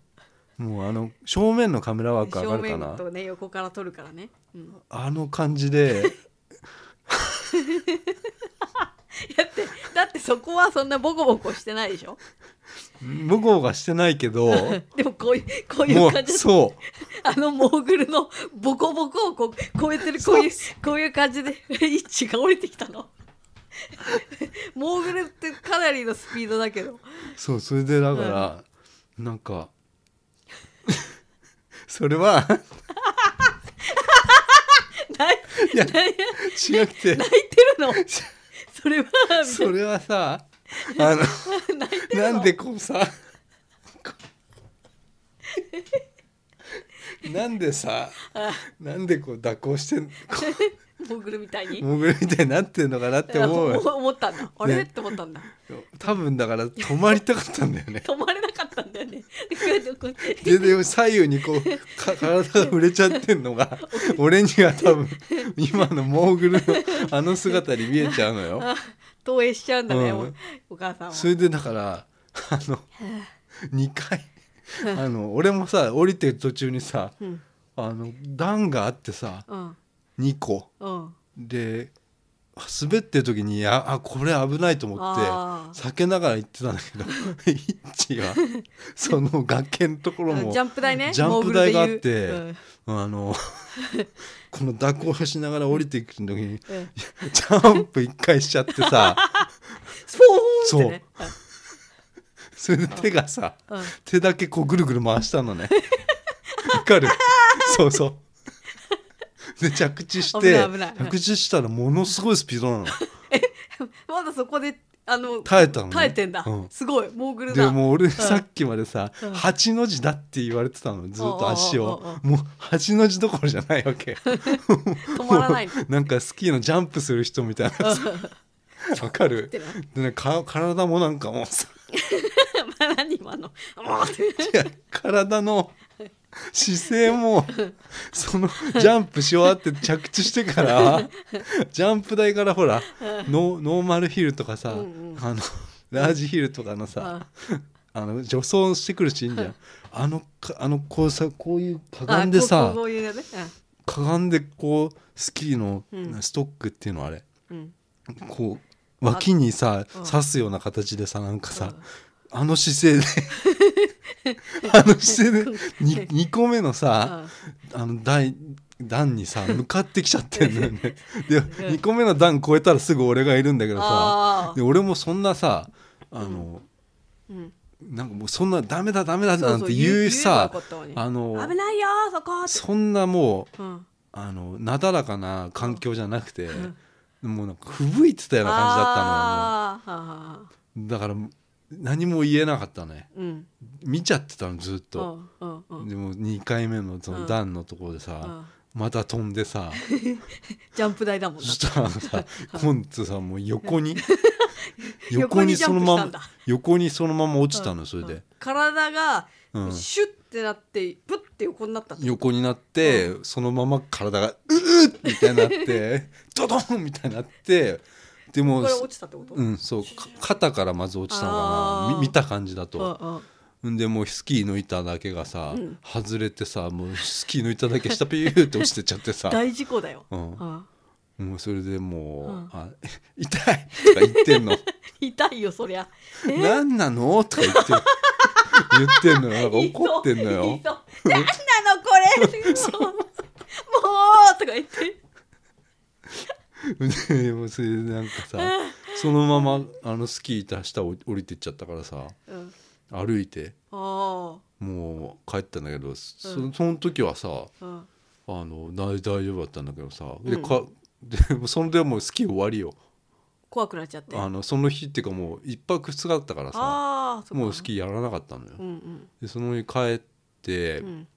S2: もうあの正面のカメラワーク
S1: 正
S2: 上がるか
S1: 面
S2: な
S1: とね横から撮るからね、うん、だ
S2: あの感じで
S1: ってだってそこはそんなボコボコしてないでしょ [laughs]
S2: 向こうがしてないけど
S1: でもこういうこうい
S2: も
S1: う感
S2: う
S1: じ
S2: そ
S1: あのモーグルのボコボコをこう超えてるこういうこういう感じで [laughs] 一致が降りてきたの。モーグルってかなりのスピードだけど
S2: うそうそれでだから、なんか [laughs] それは
S1: 泣
S2: いや
S1: い泣い
S2: 違くて
S1: 泣いてるのそれはみたい
S2: それはさあの
S1: な泣いてるの
S2: なんでこうさこうなんでさ
S1: あ
S2: なんでこう蛇行してんこ
S1: モーグルみたいうに
S2: モグルみたいになってんのかなって思うよ
S1: 思ったんだあれ、
S2: ね
S1: って思ったんだ
S2: 多分だから止まりたかったんだよね
S1: 止まれなかったんだよね [laughs] でこうやってこうやって
S2: でで左右にこう
S1: [laughs]
S2: か体が触れちゃってんのが俺には多分今のモーグルのあの姿に見えちゃうのよ
S1: あ投影しちゃうんだね、
S2: うん
S1: おお母さんは
S2: それでだからあの2回あの俺もさ降りてる途中にさ
S1: うん
S2: あの段があってさ
S1: うん
S2: 2個
S1: うん
S2: で滑ってる時にああこれ危ないと思って
S1: あー
S2: 避けながら行ってたんだけど [laughs] イッチはその崖のところも
S1: ジャンプ台ね
S2: ジャンプ台があって、
S1: モーグルでいう [laughs]
S2: あのこの蛇行しながら降りていく時に
S1: うんうん
S2: ジャンプ1回しちゃってさ
S1: [laughs] スポーンってね
S2: それで手がさ
S1: うんうん
S2: 手だけこうぐるぐる回したのねわかるそうそうで着地し
S1: 危
S2: て
S1: ない危ない
S2: 着地したらものすごいスピードなの
S1: まだそこであの
S2: 耐えたのね
S1: 耐えてんだ、
S2: うん
S1: すごいモーグル
S2: で
S1: だ
S2: もう俺さっきまでさ
S1: うん
S2: 8の字だって言われてたのずっと足
S1: おうおうおう
S2: を
S1: お
S2: もう8の字どころじゃないわけ
S1: 止まらないの
S2: もうなんかスキーのジャンプする人みたいなさわかる
S1: てな [laughs]
S2: で、ね、か体もなんかもうさ
S1: まあ何今のもうって
S2: いや体の姿勢もそのジャンプし終わって着地してからジャンプ台からほらノーノーマルヒルとかさ、
S1: うんうん
S2: あのラージヒルとかのさ、
S1: あ
S2: あの助走してくるシーンじゃん、あのかあのこうさこういうか
S1: あ
S2: がんで
S1: こ
S2: さ
S1: うこういうね
S2: かがんでこうスキーの
S1: うん
S2: ストックっていうのあれ、
S1: うんうん
S2: こう脇にさ
S1: うん
S2: 刺すような形でさなんかさ、
S1: うん
S2: あの姿勢
S1: [laughs]
S2: であの姿勢で 2, 個目のさ、
S1: あ
S2: あの段段にさ向かってきちゃってんだよね
S1: [laughs]
S2: で
S1: ん
S2: 2個目の段超えたらすぐ俺がいるんだけどさ
S1: あ
S2: で俺もそんなさあの、
S1: ーうん
S2: なんかもうそんなダメだダメだ
S1: そう
S2: なん
S1: そう
S2: て言うさ
S1: 言えばよかったのに
S2: あの
S1: 危ないよーそこーって
S2: そんなもう
S1: うん
S2: あのなだらかな環境じゃなくて、
S1: ん
S2: もうなんか吹雪いてたような感じだった
S1: あー
S2: のよもう。
S1: はあはあ
S2: だから何も言えなかったね
S1: うん
S2: 見ちゃってたのずっと、
S1: うんうんうん
S2: でも2回目のそうの
S1: ん
S2: 段のところで
S1: うん
S2: さ、また飛んでさ
S1: ジャンプ台だもん
S2: そ
S1: な
S2: したらさコンツさんもう横に
S1: [laughs] 横にジャンプしたんだ
S2: まま横にそのまま落ちたのそれで、
S1: 体が
S2: うん
S1: シュッてなってプッて横になったんだ
S2: 横になって、そのまま体が「ううっ!」みたいになって
S1: [laughs]
S2: ドドンみたいになってで
S1: こ
S2: も
S1: れ落ちたってこと
S2: うんそうか肩からまず落ちたのか
S1: あー
S2: なみ見た感じだと。
S1: あ
S2: んでもうスキーの板だけがさ、
S1: うん
S2: 外れてさもうスキーの板だけ下ピューって落ちてっちゃって
S1: あ [laughs]
S2: さ、
S1: 大事故だよ
S2: うん、
S1: あ
S2: もうそれでもう「
S1: うん
S2: あ [laughs] 痛い!」とか言って
S1: [laughs]
S2: んの
S1: 痛いよそりゃ
S2: 「何なの?」とか
S1: [laughs]
S2: 言って言ってんのよなんか怒ってんの
S1: い
S2: よ
S1: いぞいいぞなんなのこれもうもうとか言って
S2: [laughs] でもうそれでなんかさそのままあのスキー板下を降りてっちゃったからさ
S1: うん
S2: 歩いて
S1: あ
S2: もう帰ったんだけどそその時はさ、
S1: あうん
S2: あの大大丈夫だったんだけどさで
S1: うん
S2: かでもそのでもうスキー終わりよ
S1: 怖くなっちゃって
S2: あのその日っていうかもう一泊二日だったからさ
S1: あーそっか
S2: もうスキーやらなかったのよ、
S1: うん
S2: でその日帰って、
S1: うんうん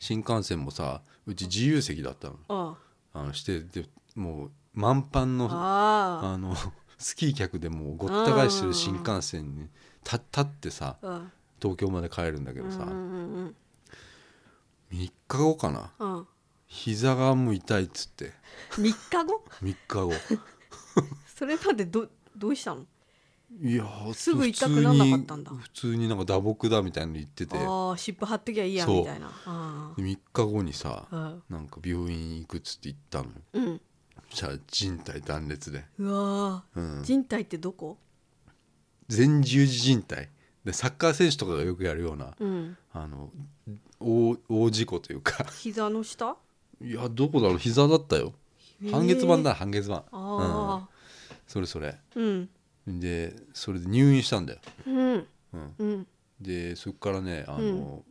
S2: 新幹線もさうち自由席だったの
S1: あ
S2: あのしてでもう満帆
S1: あ
S2: のあ
S1: あ
S2: の [laughs] スキー客でもうごった返してる新幹線にた立ってさ
S1: あうん
S2: 東京まで帰るんだけ
S1: う
S2: ど
S1: ん
S2: さ、
S1: うんうん
S2: 3日後かな
S1: うん
S2: 膝がもう痛いっつって
S1: 3日後
S2: 3日
S1: [laughs]
S2: 後
S1: それまでどどうしたの
S2: いやー
S1: すぐ痛くなんなかったんだ
S2: 普通に普通になんか打撲だみたいなの言ってて
S1: ああ湿布貼ってきゃいいや
S2: そう
S1: みたいなあ
S2: 3日後にさ
S1: あうん
S2: なんか病院行くっつって行ったの
S1: うん
S2: そしたら人体断裂で、
S1: うわー
S2: うん、
S1: 人体ってどこ
S2: 前十字靭帯でサッカー選手とかがよくやるような
S1: うん
S2: あの大大事故というか [laughs]
S1: 膝の下
S2: いやどこだろう膝だったよ半月板だ半月板うん、
S1: ああ
S2: それそれ
S1: うん
S2: でそれで入院したんだよ、
S1: うん
S2: うん、
S1: うん
S2: でそこからねあの、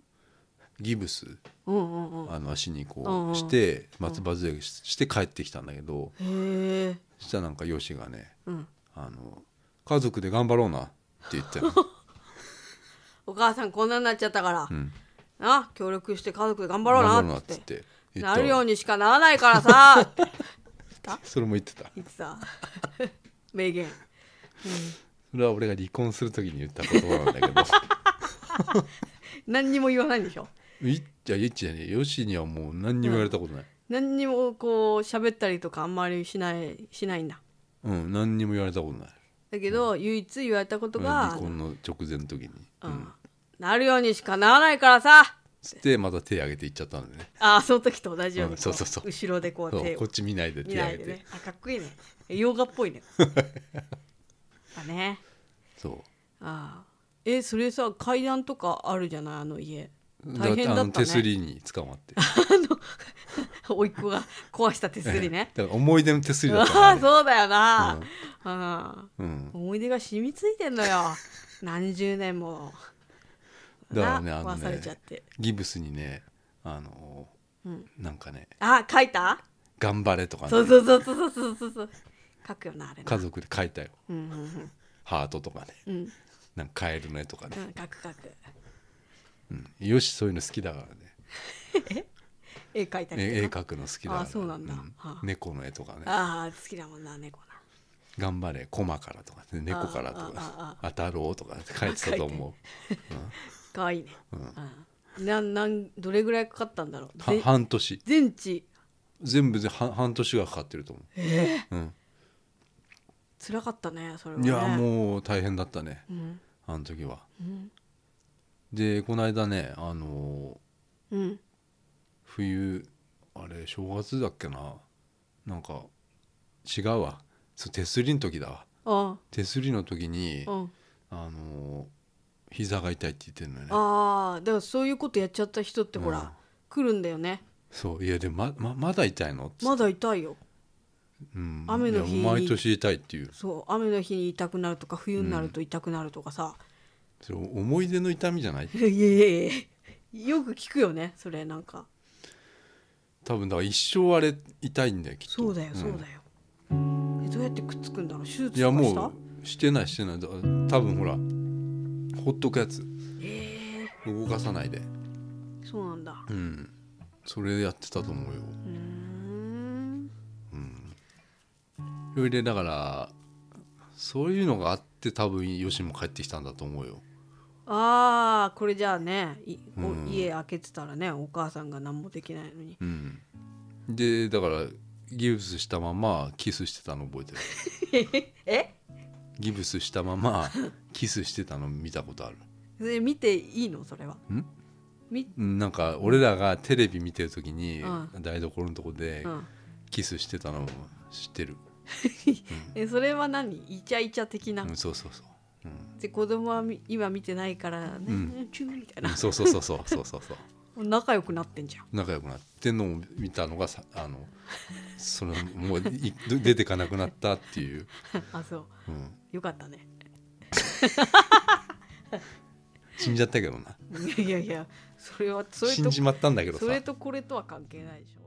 S2: ギブス
S1: うんうんうん
S2: あの足に
S1: うんう
S2: こ
S1: ん
S2: うして松葉杖しして帰ってきたんだけど
S1: へえ
S2: そしたらなんかヨシがね
S1: うん
S2: あの「家族で頑張ろうな」って言って
S1: [laughs]
S2: たの、
S1: お母さんこんなになっちゃったから
S2: うん、
S1: な協力して家族で頑張ろうなっつって
S2: て言った
S1: なるようにしかならないからさ
S2: [laughs]
S1: って
S2: それも言ってた
S1: 言ってた [laughs] 名言
S2: それは俺が離婚するときに言った言葉なんだけど [laughs]
S1: 何にも言わないんでしょ
S2: いっちゃいっちゃねよしにはもう何にも言われたことない
S1: 何にもこう喋ったりとかあんまりしないしないんだ
S2: うん、何にも言われたことない
S1: だけど、唯一言われたことが
S2: 離婚の直前の時に、
S1: う
S2: うんん、
S1: なるようにしかならないからさ
S2: つってまた手挙げて行っちゃったんでね
S1: あーその時と同じように
S2: う
S1: こ
S2: んそうそうそう
S1: 後ろでこう
S2: そ
S1: 手
S2: う
S1: を
S2: こっち見ないで
S1: 見
S2: 手
S1: な
S2: 挙
S1: い
S2: げ
S1: で
S2: て、
S1: ねあかっこいいね洋画っぽい
S2: [laughs]
S1: ねだね
S2: そ
S1: ああえそれさ階段とかあるじゃないあの家
S2: う
S1: 大変だ
S2: あ
S1: っ
S2: の
S1: たね
S2: 手すりに捕まって
S1: [laughs] おいっ子が壊した手すりね
S2: [laughs] だから思い出の手すりだった
S1: あ
S2: か
S1: あ [laughs] そうだよな、うん
S2: ら、うん、
S1: 思い出が染みついてんのよ何十年も
S2: だからね
S1: な
S2: あの
S1: 壊され
S2: ね
S1: ちゃって
S2: ギブスにねあの、
S1: うん
S2: なんかね
S1: あ書いた
S2: 「頑張れ」とか、
S1: そう
S2: ね、
S1: そうそうそうそうそうそう書くよなあれな
S2: 家族で書いたよ
S1: うんうんうん
S2: ハートとかね
S1: うんうん
S2: なんかカエルの絵とかね、
S1: 書く書く
S2: うん、よしそういうの好きだからね
S1: 絵描いたり
S2: 絵絵
S1: とか
S2: 描くの好きだから
S1: あそうなんだはあ
S2: 猫の絵とかね
S1: ああ好きだもんな猫な
S2: 「頑張れ駒から」とか、ね「猫から」と
S1: あ
S2: か「当たろう」とかって書いてたと思
S1: 可愛いね
S2: う、うん
S1: うんなんなんどれぐらいかかったんだろう
S2: は
S1: ぜ
S2: 半年
S1: 全治
S2: 全部で半半年がかかってると思う、うん
S1: 辛かったねそれはね
S2: いやもう大変だったね
S1: うん
S2: あの時は
S1: うん
S2: でこの間ねあのー
S1: うん
S2: 冬あれ正月だっけななんか違うわそう手すりの時だわ
S1: あ
S2: 手すりの時に
S1: あうん
S2: あのー膝が痛いって言ってるのよね
S1: ああだからそういうことやっちゃった人ってほら、
S2: うん
S1: 来るんだよね
S2: そういやでもまままだ痛いのっつって
S1: まだ痛いよ
S2: うん
S1: 雨の日に
S2: いや毎年痛いっていう
S1: そう雨の日に痛くなるとか冬になると痛くなるとかさ、
S2: それ思い出の痛みじゃない
S1: いやいやいやいやよく聞くよねそれなんか
S2: 多分だから一生あれ痛いんだよきっと
S1: そうだよ
S2: ん
S1: そうだよ、えどうやってくっつくんだろう手術とか
S2: いや
S1: した
S2: もうしてないしてないだから多分ほらほっとくやつ
S1: え
S2: 動かさないで
S1: ー、そうなんだ
S2: うんそれやってたと思うよ
S1: うーん
S2: それでだからそういうのがあって多分ヨシも帰ってきたんだと思うよ
S1: あーこれじゃあねいお
S2: うん
S1: 家開けてたらねお母さんが何もできないのに
S2: うんでだからギブスしたままキスしてたの覚えてる
S1: え
S2: ギブスしたまま [laughs] キスしてたの見たことある
S1: それ見ていいのそれは
S2: ん
S1: み
S2: うんなんか俺らがテレビ見てる時に
S1: う
S2: 台所のとこで
S1: うん、
S2: キスしてたのを知ってる、
S1: えそれは何イチャイチャ的な、
S2: うん、そうそうそう、うん
S1: で子供はみ今見てないからね、
S2: うん
S1: チューみたい
S2: うん、
S1: な
S2: そうそうそうそうそうそうそう
S1: 仲良くなってんじゃん
S2: 仲良くなってんのを見たのがさあのそのもうい [laughs] 出てかなくなったっていう、
S1: [laughs] あそう
S2: うん、
S1: よかったね
S2: 死んじゃったけどない
S1: やいやいやそれはそれ
S2: 死ん
S1: と
S2: じまったんだけどさ
S1: それとこれとは関係ないでしょ